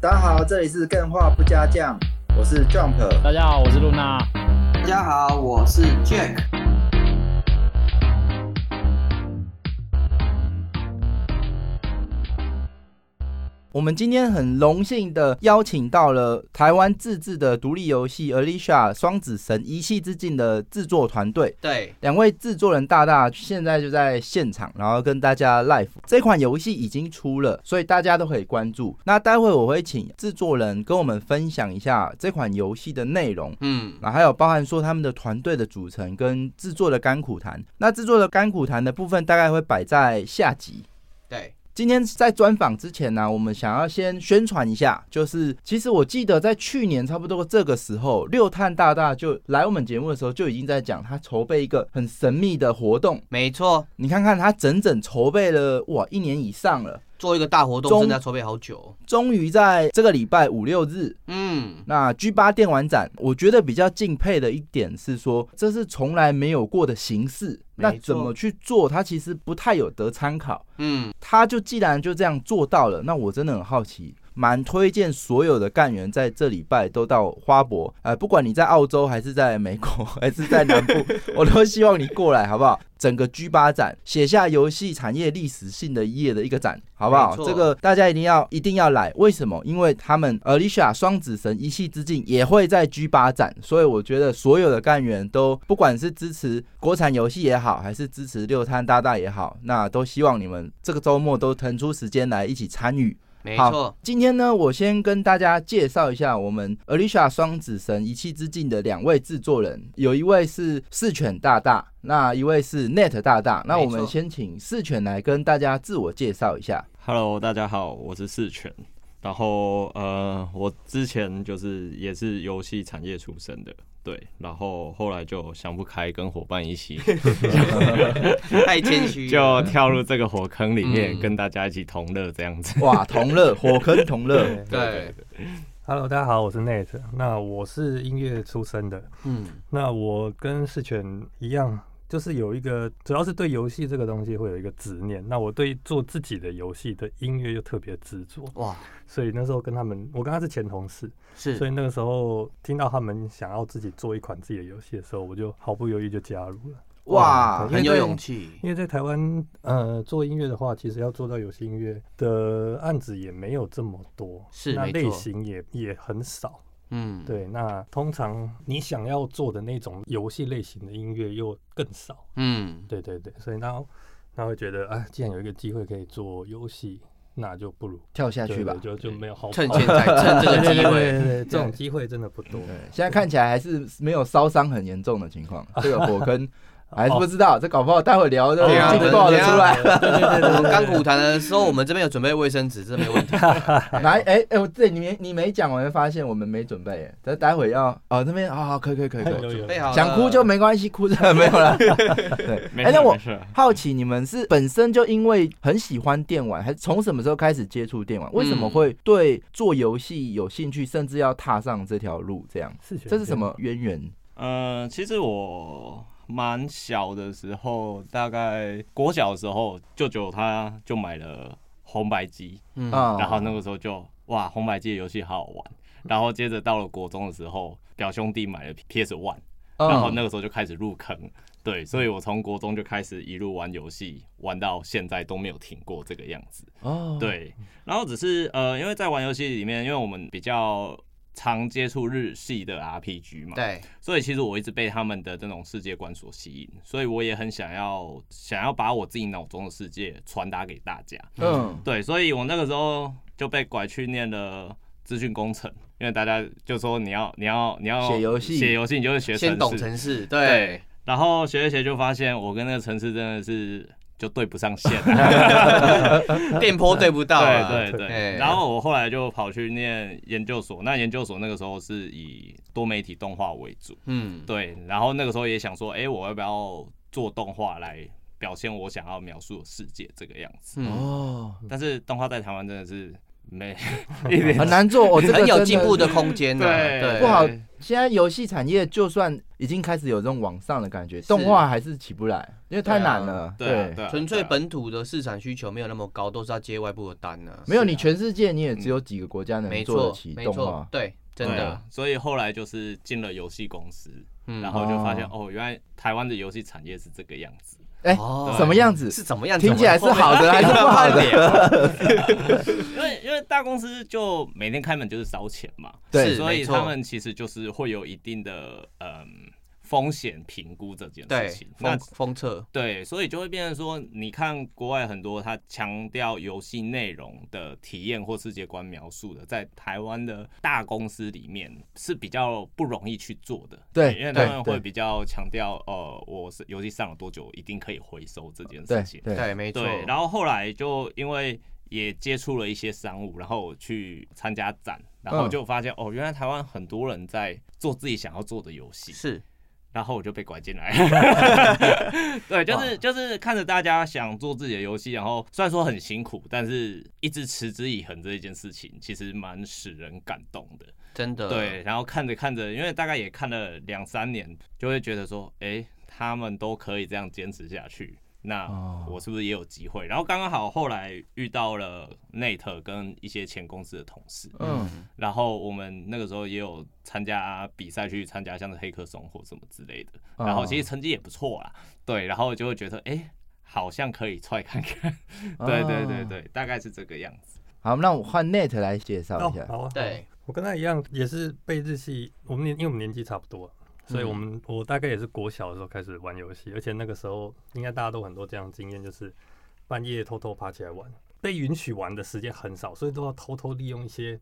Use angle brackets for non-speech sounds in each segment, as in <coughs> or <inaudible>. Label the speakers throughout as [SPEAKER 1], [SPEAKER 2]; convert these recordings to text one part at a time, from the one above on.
[SPEAKER 1] 大家好，这里是更画不加酱，我是 Jump。
[SPEAKER 2] 大家好，我是露娜。
[SPEAKER 3] 大家好，我是 Jack。
[SPEAKER 4] 我们今天很荣幸的邀请到了台湾自制的独立游戏《Alicia 双子神一气之境》的制作团队，
[SPEAKER 3] 对，
[SPEAKER 4] 两位制作人大大现在就在现场，然后跟大家 live。这款游戏已经出了，所以大家都可以关注。那待会我会请制作人跟我们分享一下这款游戏的内容，
[SPEAKER 3] 嗯，
[SPEAKER 4] 那还有包含说他们的团队的组成跟制作的甘苦谈。那制作的甘苦谈的部分大概会摆在下集。
[SPEAKER 3] 对，
[SPEAKER 4] 今天在专访之前呢、我们想要先宣传一下，就是其实我记得在去年差不多这个时候，六探大大就来我们节目的时候就已经在讲他筹备一个很神秘的活动。
[SPEAKER 3] 没错，
[SPEAKER 4] 你看看他整整筹备了哇一年以上了，
[SPEAKER 3] 做一个大活动
[SPEAKER 4] 中
[SPEAKER 3] 真的要筹备好久。
[SPEAKER 4] 终于在这个礼拜五六日
[SPEAKER 3] 嗯，
[SPEAKER 4] 那 G 八电玩展，我觉得比较敬佩的一点是说，这是从来没有过的形式。
[SPEAKER 3] 没错
[SPEAKER 4] 那怎么去做，它其实不太有得参考。
[SPEAKER 3] 嗯，
[SPEAKER 4] 他就既然就这样做到了，那我真的很好奇，蛮推荐所有的干员在这礼拜都到花博，呃，不管你在澳洲还是在美国 <laughs> 还是在南部，我都希望你过来，好不好？整个 G 八展写下游戏产业历史性的一页的一个展，好不好
[SPEAKER 3] 没？错
[SPEAKER 4] 这个大家一定要一定要来，为什么？因为他们 Alicia 双子神一系之境也会在 G 八展，所以我觉得所有的干员都不管是支持国产游戏也好，还是支持六摊大大也好，那都希望你们这个周末都腾出时间来一起参与。
[SPEAKER 3] 没
[SPEAKER 4] 好
[SPEAKER 3] 错，
[SPEAKER 4] 今天呢，我先跟大家介绍一下我们 Alicia 双子神一气之境的两位制作人，有一位是四犬大大，那一位是 Net 大大。那我
[SPEAKER 3] 没
[SPEAKER 4] 们
[SPEAKER 3] 错
[SPEAKER 4] 先请四犬来跟大家自我介绍一下。
[SPEAKER 5] Hello，大家好，我是四全。然后呃，我之前就是也是游戏产业出身的，对。然后后来就想不开，跟伙伴一 <laughs> 起
[SPEAKER 3] 太谦虚了。 <laughs>
[SPEAKER 5] 就跳入这个火坑里面，
[SPEAKER 3] 嗯
[SPEAKER 5] 跟大家一起同乐这样子。
[SPEAKER 4] 哇，同
[SPEAKER 3] <laughs>
[SPEAKER 4] 乐火坑同乐，
[SPEAKER 3] 对，
[SPEAKER 6] Hello，大家好，我是 Nate。那我是音乐出身的，
[SPEAKER 3] 嗯，
[SPEAKER 6] 那我跟世权一样，就是有一个，主要是对游戏这个东西会有一个执念。那我对做自己的游戏的音乐又特别执着，
[SPEAKER 3] 哇，
[SPEAKER 6] 所以那时候跟他们，我跟他是前同事，所
[SPEAKER 3] 是
[SPEAKER 6] 以那个时候听到他们想要自己做一款自己的游戏的时候，我就毫不犹豫就加入了。
[SPEAKER 4] 哇，
[SPEAKER 6] 对
[SPEAKER 3] 很有
[SPEAKER 4] 因为
[SPEAKER 3] 勇气。
[SPEAKER 6] 因为在台湾，呃，做音乐的话，其实要做到游戏音乐的案子也没有这么多，
[SPEAKER 3] 是
[SPEAKER 6] 那
[SPEAKER 3] 没
[SPEAKER 6] 类
[SPEAKER 3] 错
[SPEAKER 6] 型也也很少。
[SPEAKER 3] 嗯，，
[SPEAKER 6] 对，那通常你想要做的那种游戏类型的音乐又更少。
[SPEAKER 3] 嗯，
[SPEAKER 6] 对对对，所以那那会觉得啊，既然有一个机会可以做游戏，那就不如
[SPEAKER 4] 跳下
[SPEAKER 6] 对
[SPEAKER 4] 去吧。
[SPEAKER 6] 对就就没有好
[SPEAKER 3] 趁
[SPEAKER 6] 跑
[SPEAKER 3] 现在，趁这个机 <laughs>
[SPEAKER 6] 对
[SPEAKER 3] 会，
[SPEAKER 6] 对对，这种机会真的不多。
[SPEAKER 4] 现在看起来还是没有烧伤很严重的情
[SPEAKER 3] <laughs>
[SPEAKER 4] 况，这个火坑还是
[SPEAKER 6] 哦
[SPEAKER 4] 不知道，这搞不好待会聊的
[SPEAKER 3] 对啊
[SPEAKER 4] 劲爆的
[SPEAKER 3] 对啊
[SPEAKER 4] 出来。
[SPEAKER 6] 对对对对
[SPEAKER 3] 我
[SPEAKER 6] 对
[SPEAKER 3] 们
[SPEAKER 6] 对
[SPEAKER 3] 刚古谈的时候，我们这边有准备卫生纸，这没问题。 <laughs>
[SPEAKER 4] 来，哎、哎、我对你没你没讲，我会发现我们没准备耶。但待会要哦，那边啊、好可以可以可以可
[SPEAKER 6] 有
[SPEAKER 4] 以，
[SPEAKER 6] 有有
[SPEAKER 3] 备好了
[SPEAKER 4] 想哭就没关系，哭
[SPEAKER 3] <laughs>
[SPEAKER 4] 着没有了。对，
[SPEAKER 5] 没
[SPEAKER 4] 哎、那
[SPEAKER 5] 事
[SPEAKER 4] 我
[SPEAKER 5] 没事。
[SPEAKER 4] <laughs> 好奇你们是本身就因为很喜欢电玩，还是从什么时候开始接触电
[SPEAKER 3] 嗯
[SPEAKER 4] 玩？为什么会对做游戏有兴趣，甚至要踏上这条路？这样，
[SPEAKER 6] 是选
[SPEAKER 4] 这是什么渊源？
[SPEAKER 5] 呃，其实我蛮小的时候，大概国小的时候，舅舅他就买了红白机，
[SPEAKER 3] 嗯，
[SPEAKER 4] 啊、
[SPEAKER 5] 然后那个时候就哇，红白机的游戏好好玩。然后接着到了国中的时候，表兄弟买了 PS One，然
[SPEAKER 4] 嗯
[SPEAKER 5] 后那个时候就开始入坑。对，所以我从国中就开始一路玩游戏，玩到现在都没有停过这个样子。
[SPEAKER 4] 哦，
[SPEAKER 5] 对，然后只是呃，因为在玩游戏里面，因为我们比较常接触日系的 RPG 嘛，
[SPEAKER 3] 对，
[SPEAKER 5] 所以其实我一直被他们的这种世界观所吸引，所以我也很想要想要把我自己脑中的世界传达给大家。
[SPEAKER 4] 嗯，
[SPEAKER 5] 对，所以我那个时候就被拐去念了资讯工程，因为大家就说你要你要你要
[SPEAKER 4] 写游戏
[SPEAKER 5] 写游戏你就会学
[SPEAKER 3] 先
[SPEAKER 5] 程
[SPEAKER 3] 懂
[SPEAKER 5] 式
[SPEAKER 3] 城市，
[SPEAKER 5] 对 <laughs>
[SPEAKER 3] 对，，
[SPEAKER 5] 然后学一学就发现我跟那个城市真的是就 <laughs> 对不上线，
[SPEAKER 3] 电波对不到啊，
[SPEAKER 5] <laughs> 对对
[SPEAKER 3] 哎
[SPEAKER 5] 对。然后我后来就跑去念研究所，那研究所那个时候是以多媒体动画为主，
[SPEAKER 3] 嗯，
[SPEAKER 5] 对，然后那个时候也想说，哎、我要不要做动画来表现我想要描述的世界这个样子？
[SPEAKER 3] 嗯， <laughs>
[SPEAKER 4] 哦，
[SPEAKER 5] 但是动画在台湾真的是 <laughs> 没一点
[SPEAKER 4] 很难做。哦，这个
[SPEAKER 3] 很有
[SPEAKER 4] 真
[SPEAKER 3] 进步的空间呢。
[SPEAKER 5] 啊对
[SPEAKER 3] 对，
[SPEAKER 4] 不好现在游戏产业就算已经开始有这种往上的感觉，动画还是起不来，因为太难了。
[SPEAKER 5] 对啊对啊
[SPEAKER 3] 纯粹
[SPEAKER 5] 对啊
[SPEAKER 3] 本土的市场需求没有那么高，都是要接外部的单呢。
[SPEAKER 4] 没有你全世界你也只有几个国家能
[SPEAKER 3] 啊嗯没
[SPEAKER 4] 做得
[SPEAKER 3] 错
[SPEAKER 4] 起，
[SPEAKER 3] 没
[SPEAKER 4] 动
[SPEAKER 3] 错
[SPEAKER 4] 画，。
[SPEAKER 3] 对，真
[SPEAKER 5] 对
[SPEAKER 3] 的
[SPEAKER 5] 啊，所以后来就是进了游戏公司，
[SPEAKER 3] 嗯
[SPEAKER 5] 然后就发现哦原来台湾的游戏产业是这个样子。
[SPEAKER 4] 哎，
[SPEAKER 5] 啊
[SPEAKER 3] 哦
[SPEAKER 4] 什么样子？
[SPEAKER 3] 是怎么样？
[SPEAKER 4] 听起来是好
[SPEAKER 3] <laughs>
[SPEAKER 4] 的啊还是不好的？
[SPEAKER 5] 的？因为因为大公司就每天开门就是烧钱嘛，
[SPEAKER 4] 对
[SPEAKER 3] 是
[SPEAKER 5] 所以
[SPEAKER 3] 没错
[SPEAKER 5] 他们其实就是会有一定的嗯风险评估这件
[SPEAKER 3] 对
[SPEAKER 5] 事情。，那
[SPEAKER 3] 封封测，
[SPEAKER 5] 对，所以就会变成说，你看国外很多它强调游戏内容的体验或世界观描述的，在台湾的大公司里面是比较不容易去做的。
[SPEAKER 4] 对
[SPEAKER 5] 因为他
[SPEAKER 4] 对
[SPEAKER 5] 们
[SPEAKER 4] 对
[SPEAKER 5] 会比较强调，呃，我是游戏上了多久，一定可以回收这件
[SPEAKER 4] <laughs> 对
[SPEAKER 5] 事情。
[SPEAKER 4] 对，
[SPEAKER 3] 对，没错。
[SPEAKER 5] 对，然后后来就因为也接触了一些商务，然后我去参加展，然后
[SPEAKER 4] 嗯
[SPEAKER 5] 就发现、哦，原来台湾很多人在做自己想要做的游戏，
[SPEAKER 3] 是
[SPEAKER 5] 然后我就被拐进来。对，就是就是看着大家想做自己的游戏，然后虽然说很辛苦，但是一直持之以恒这一件事情，其实蛮使人感动的。
[SPEAKER 3] 真的，
[SPEAKER 5] 对，，然后看着看着，因为大概也看了两三年，就会觉得说，哎，他们都可以这样坚持下去，那
[SPEAKER 4] 哦
[SPEAKER 5] 我是不是也有机会？然后刚刚好后来遇到了 Nate 跟一些前公司的同事，
[SPEAKER 4] 嗯，
[SPEAKER 5] 然后我们那个时候也有参加比赛，去参加像是黑客松或什么之类的，
[SPEAKER 4] 哦
[SPEAKER 5] 然后其实成绩也不错啦，对，然后就会觉得，哎，好像可以踹看看，
[SPEAKER 3] 嗯
[SPEAKER 5] <laughs> 对对对
[SPEAKER 4] 哦。
[SPEAKER 5] 对，大概是这个样子，
[SPEAKER 4] 好，那我换 Net 来介绍
[SPEAKER 6] 哦
[SPEAKER 4] 一，下。
[SPEAKER 6] 好啊，
[SPEAKER 3] 对，
[SPEAKER 6] 我跟他一样，也是被日系，我们年因为我们年纪差不多啊，所以我
[SPEAKER 3] 嗯
[SPEAKER 6] 们、我大概也是国小的时候开始玩游戏，而且那个时候应该大家都很多这样的经验，就是半夜偷偷爬起来玩，被允许玩的时间很少，所以都要偷偷利用一些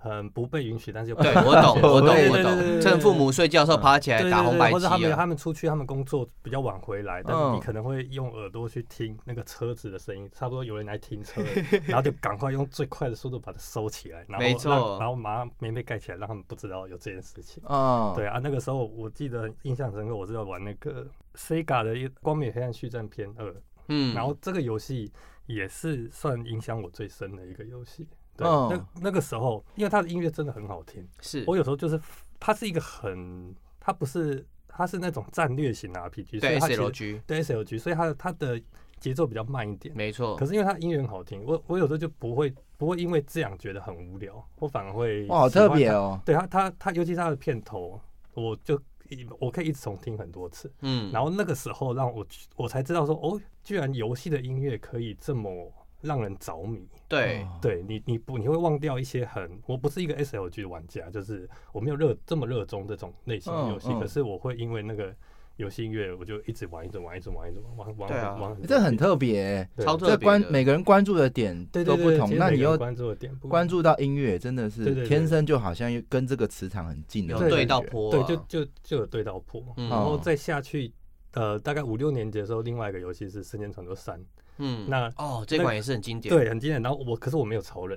[SPEAKER 6] 很不被允许，但是又 <laughs>
[SPEAKER 3] 对我懂，我懂，我
[SPEAKER 6] 对对对对
[SPEAKER 3] 懂。
[SPEAKER 6] 对
[SPEAKER 3] 趁父母睡觉的时候爬起
[SPEAKER 6] 对
[SPEAKER 3] 来
[SPEAKER 6] 对
[SPEAKER 3] 打红白
[SPEAKER 6] 对，或
[SPEAKER 3] 机
[SPEAKER 6] 者他们
[SPEAKER 3] 啊，
[SPEAKER 6] 他们出去，他们工作比较晚回来，但是
[SPEAKER 4] 嗯
[SPEAKER 6] 你可能会用耳朵去听那个车子的声音，差不多有人来停
[SPEAKER 3] <laughs>
[SPEAKER 6] 车了，然后就赶快用最快的速度把它收起来，然后
[SPEAKER 3] 没错
[SPEAKER 6] 让然后马上棉被盖起来，让他们不知道有这件事情。
[SPEAKER 4] 哦，
[SPEAKER 6] 对啊，那个时候我记得印象深刻，我是在玩那个 Sega 的一《光明与黑暗续战篇二》，
[SPEAKER 3] 嗯，
[SPEAKER 6] 然后这个游戏也是算影响我最深的一个游戏。对，
[SPEAKER 4] 嗯
[SPEAKER 6] 那那个时候，因为它的音乐真的很好听，
[SPEAKER 3] 是
[SPEAKER 6] 我有时候就是它是一个很，它不是它是那种战略型的 RPG，所以
[SPEAKER 3] 对
[SPEAKER 6] 它其实
[SPEAKER 3] SLG，
[SPEAKER 6] 对 SLG，所以它的它的节奏比较慢一点。
[SPEAKER 3] 没错
[SPEAKER 6] 可，是因为它音乐很好听，我我有时候就不会不会因为这样觉得很无聊，我反而会
[SPEAKER 4] 哇，好
[SPEAKER 6] 喜欢
[SPEAKER 4] 特别
[SPEAKER 6] 它
[SPEAKER 4] 哦。
[SPEAKER 6] 对他，他他，尤其是他的片头，我就一我可以一直重听很多次。
[SPEAKER 3] 嗯，
[SPEAKER 6] 然后那个时候让我我才知道说，哦，居然游戏的音乐可以这么让人着迷。
[SPEAKER 3] 对，
[SPEAKER 4] 哦
[SPEAKER 6] 对你，你不你会忘掉一些很，我不是一个 SLG 玩家，就是我没有热这么热衷这种类型的游戏，
[SPEAKER 4] 嗯嗯
[SPEAKER 6] 可是我会因为那个游戏音乐，我就一直玩，一直玩，一直玩，一直玩，玩玩
[SPEAKER 3] 对啊
[SPEAKER 6] 玩玩很多遍。
[SPEAKER 4] 这很特别，
[SPEAKER 6] 对
[SPEAKER 3] 超特别
[SPEAKER 4] 这
[SPEAKER 3] 的
[SPEAKER 4] 关每个人关注的点
[SPEAKER 6] 对
[SPEAKER 4] 都
[SPEAKER 6] 对
[SPEAKER 4] 不
[SPEAKER 6] 对，
[SPEAKER 4] 同
[SPEAKER 6] 其，实
[SPEAKER 4] 那
[SPEAKER 6] 每
[SPEAKER 4] 你
[SPEAKER 6] 个人
[SPEAKER 4] 又
[SPEAKER 6] 关注的点不
[SPEAKER 4] 关
[SPEAKER 6] 一样
[SPEAKER 4] 注到音乐，真的
[SPEAKER 6] 对对
[SPEAKER 4] 是
[SPEAKER 6] 对
[SPEAKER 4] 天生就好像又跟这个磁场很近的
[SPEAKER 3] 有
[SPEAKER 4] 感觉。
[SPEAKER 3] 对到坡
[SPEAKER 6] 对
[SPEAKER 3] 啊，，
[SPEAKER 6] 就就就有对到破。
[SPEAKER 3] 嗯
[SPEAKER 6] 然后
[SPEAKER 4] 哦
[SPEAKER 6] 再下去，呃，大概五六年级的时候，另外一个游戏是《圣剑传说三》，
[SPEAKER 3] 嗯，
[SPEAKER 6] 那
[SPEAKER 3] 哦，这款也是很经典，
[SPEAKER 6] 对，很经典。然后我，可是我没有仇人，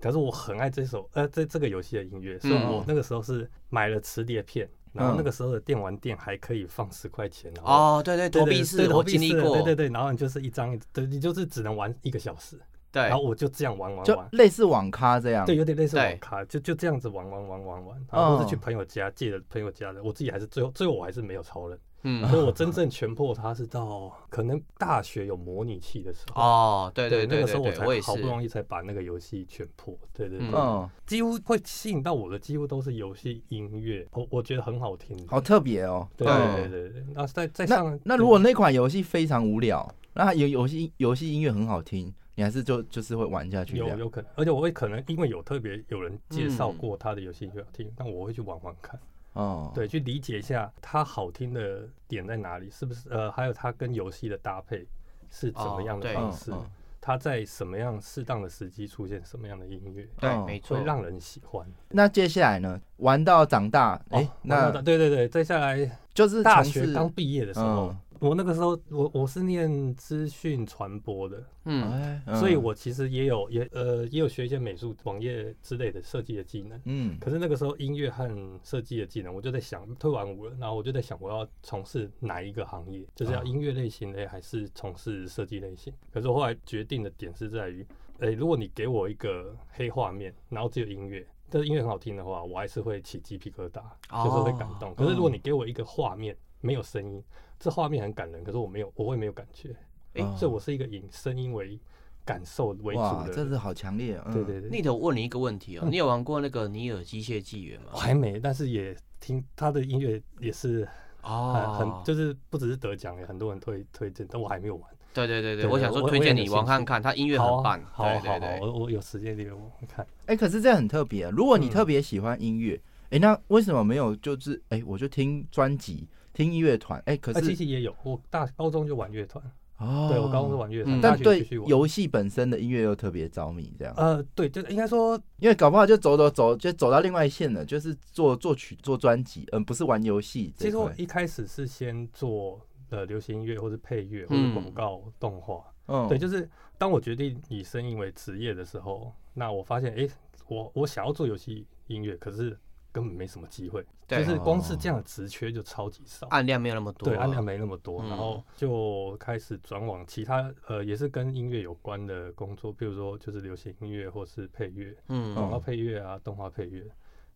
[SPEAKER 6] 可是我很爱这首呃这这个游戏的音乐，所以
[SPEAKER 3] 嗯
[SPEAKER 6] 我那个时候是买了磁碟片，然
[SPEAKER 4] 嗯
[SPEAKER 6] 后那个时候的电玩店还可以放十块钱，然后
[SPEAKER 3] 哦，对对，
[SPEAKER 6] 对
[SPEAKER 3] 投
[SPEAKER 6] 对
[SPEAKER 3] 币
[SPEAKER 6] 对
[SPEAKER 3] 式
[SPEAKER 6] 投
[SPEAKER 3] 我
[SPEAKER 6] 币
[SPEAKER 3] 经历
[SPEAKER 6] 式的
[SPEAKER 3] 过，
[SPEAKER 6] 对对对，然后你就是一张一，对，你就是只能玩一个小时，
[SPEAKER 3] 对
[SPEAKER 6] 然后我就这样玩玩
[SPEAKER 4] 就
[SPEAKER 6] 玩。
[SPEAKER 4] 类似网咖这样。
[SPEAKER 6] 对，有点类似
[SPEAKER 3] 对嗯
[SPEAKER 6] 网咖，就就这样子玩玩玩玩玩，然后或是去
[SPEAKER 4] 哦
[SPEAKER 6] 朋友家借的朋友家的，我自己还是最后最后我还是没有仇人，
[SPEAKER 3] 嗯，
[SPEAKER 6] <laughs> 所以我真正全破它是到可能大学有模拟器的时候。
[SPEAKER 3] 哦，对对
[SPEAKER 6] 那
[SPEAKER 3] 对
[SPEAKER 6] 个时候
[SPEAKER 3] 对对，
[SPEAKER 6] 才
[SPEAKER 3] 也是
[SPEAKER 6] 好，不容易才把那个游戏全破。对对对，
[SPEAKER 3] 嗯
[SPEAKER 4] 嗯，
[SPEAKER 6] 几乎会吸引到我的几乎都是游戏音乐，我我觉得很好听的。
[SPEAKER 4] 好特别哦。
[SPEAKER 6] 对
[SPEAKER 3] 嗯
[SPEAKER 6] 对对对，对那再再
[SPEAKER 4] 那
[SPEAKER 6] 上
[SPEAKER 4] 那如果那款游戏非常无聊，那游游戏游戏音乐很好听，你还是就就是会玩下去这
[SPEAKER 6] 有
[SPEAKER 4] 样。
[SPEAKER 6] 有可能，而且我会可能因为有特别有人介绍
[SPEAKER 3] 嗯
[SPEAKER 6] 过他的游戏音乐好听，那我会去玩玩看。
[SPEAKER 4] 哦，
[SPEAKER 6] 对，去理解一下它好听的点在哪里，是不是？呃，还有它跟游戏的搭配是怎么
[SPEAKER 3] 哦
[SPEAKER 6] 样的
[SPEAKER 3] 对
[SPEAKER 6] 方
[SPEAKER 4] 嗯，
[SPEAKER 6] 式？
[SPEAKER 4] 嗯
[SPEAKER 6] 它在什么样适当的时机出现什么样的音乐，
[SPEAKER 3] 对
[SPEAKER 4] 哦，
[SPEAKER 3] 嗯没错
[SPEAKER 6] 会，让人喜欢。
[SPEAKER 4] 那接下来呢？玩到长大，
[SPEAKER 6] 哦
[SPEAKER 4] 哎，
[SPEAKER 6] 玩到
[SPEAKER 4] 那
[SPEAKER 6] 大对对对，再下来
[SPEAKER 4] 就是
[SPEAKER 6] 大
[SPEAKER 4] 尝
[SPEAKER 6] 学
[SPEAKER 4] 试
[SPEAKER 6] 刚毕业的时候，
[SPEAKER 4] 嗯
[SPEAKER 6] 我那个时候我我是念资讯传播的，
[SPEAKER 3] 嗯，
[SPEAKER 4] 哎
[SPEAKER 6] 所以我其实也有也呃也有学一些美术、网页之类的设计的技能。
[SPEAKER 4] 嗯
[SPEAKER 6] 可是那个时候音乐和设计的技能，我就在想，退完伍了，然后我就在想我要从事哪一个行业，就是要音乐类型的还是从事设计类型？可是我后来决定的点是在于，诶、如果你给我一个黑画面，然后只有音乐。但是音乐很好听的话，我还是会起鸡皮疙瘩，
[SPEAKER 3] 哦
[SPEAKER 6] 哎就是会感动。可是如果你给我一个画面，没有声音，这画面很感人，可是我没有，我会没有感觉。诶、
[SPEAKER 4] 哦
[SPEAKER 6] 所以我是一个以声音为感受为主
[SPEAKER 4] 哇
[SPEAKER 6] 的，人。
[SPEAKER 4] 这是好强烈，嗯
[SPEAKER 6] 对对对。
[SPEAKER 3] 那头我问你一个问题哦，你有玩过那个《尼尔机械纪元》吗
[SPEAKER 6] 我？还没，但是也听他的音乐也是很、
[SPEAKER 3] 哦
[SPEAKER 6] 很，，就是不只是得奖，也很多人推推荐，但我还没有玩。
[SPEAKER 3] 对对对对，
[SPEAKER 6] 对
[SPEAKER 3] 我想
[SPEAKER 6] 我
[SPEAKER 3] 说
[SPEAKER 6] 我
[SPEAKER 3] 推荐
[SPEAKER 6] 也
[SPEAKER 3] 你
[SPEAKER 6] 有
[SPEAKER 3] 玩
[SPEAKER 6] 兴
[SPEAKER 3] 看
[SPEAKER 6] 趣
[SPEAKER 3] 看，它音乐很
[SPEAKER 6] 好啊
[SPEAKER 3] 棒，
[SPEAKER 6] 好啊
[SPEAKER 3] 对
[SPEAKER 6] 好啊
[SPEAKER 3] 对
[SPEAKER 6] 好啊，
[SPEAKER 3] 对，
[SPEAKER 6] 我我有时间留我看。
[SPEAKER 4] 哎、可是这很特别。如果你
[SPEAKER 6] 嗯
[SPEAKER 4] 特别喜欢音乐，哎、那为什么没有就是哎、我就听专辑、听音乐团？哎、可
[SPEAKER 6] 哎、其
[SPEAKER 4] 是
[SPEAKER 6] 实也有，我大高中就玩乐团，
[SPEAKER 4] 哦
[SPEAKER 6] 对我高中是玩乐团，
[SPEAKER 3] 嗯
[SPEAKER 6] 大
[SPEAKER 4] 但
[SPEAKER 6] 学继
[SPEAKER 4] 对
[SPEAKER 6] 续玩。
[SPEAKER 4] 游戏本身的音乐又特别着迷，这样，
[SPEAKER 6] 呃，对，就应该说
[SPEAKER 4] 因为搞不好就走走走，就走到另外一线了，就是做作曲、做专辑，嗯，不是玩游戏这
[SPEAKER 6] 其
[SPEAKER 4] 一
[SPEAKER 6] 实我
[SPEAKER 4] 块。
[SPEAKER 6] 一开始是先做呃流行音乐，或是配乐，或
[SPEAKER 3] 嗯
[SPEAKER 6] 是广告、动画。
[SPEAKER 3] 哦
[SPEAKER 4] 嗯
[SPEAKER 6] 对，就是当我决定以声音为职业的时候，那我发现，哎、我我想要做游戏音乐，可是根本没什么机会，就
[SPEAKER 3] 对
[SPEAKER 6] 是光是这样的职缺就超级少。
[SPEAKER 3] 按量没有那么多，
[SPEAKER 6] 对，按量没那么多，
[SPEAKER 3] 嗯
[SPEAKER 6] 然后就开始转往其他呃，也是跟音乐有关的工作，比如说就是流行音乐或是配乐，
[SPEAKER 3] 嗯
[SPEAKER 6] 广告配乐啊，动画配乐，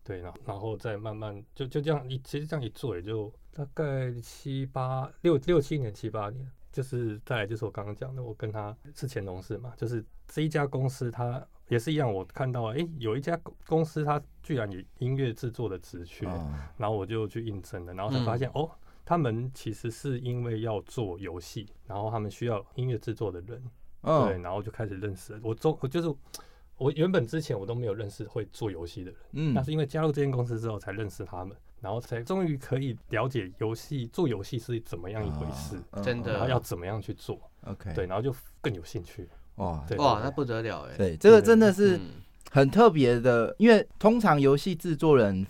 [SPEAKER 6] 对，然后然后再慢慢就就这样一，其实这样一做也就大概七八六六七年七八年，就是再来就是我刚刚讲的，我跟他是前同事嘛，就是这一家公司他也是一样，我看到诶，有一家公公司他居然有音乐制作的职缺，
[SPEAKER 4] 哦
[SPEAKER 6] 然后我就去应征了，然后才发现、哦，他们其实是因为要做游戏，然后他们需要音乐制作的人，对，
[SPEAKER 4] 嗯
[SPEAKER 6] 然后就开始认识了。我中我就是我原本之前我都没有认识会做游戏的人，那
[SPEAKER 4] 嗯
[SPEAKER 6] 是因为加入这间公司之后才认识他们，然后才终于可以了解游戏做游戏是怎么样一回事，
[SPEAKER 4] 嗯
[SPEAKER 3] 真的
[SPEAKER 6] 然后要怎么样去做，
[SPEAKER 4] 嗯 OK
[SPEAKER 6] 对，然后就更有兴趣。
[SPEAKER 4] 哇
[SPEAKER 6] 对，
[SPEAKER 3] 哇，那不得了哎，
[SPEAKER 4] 对这个真的
[SPEAKER 3] 嗯
[SPEAKER 4] 是很特别的，因为通常游戏制作人，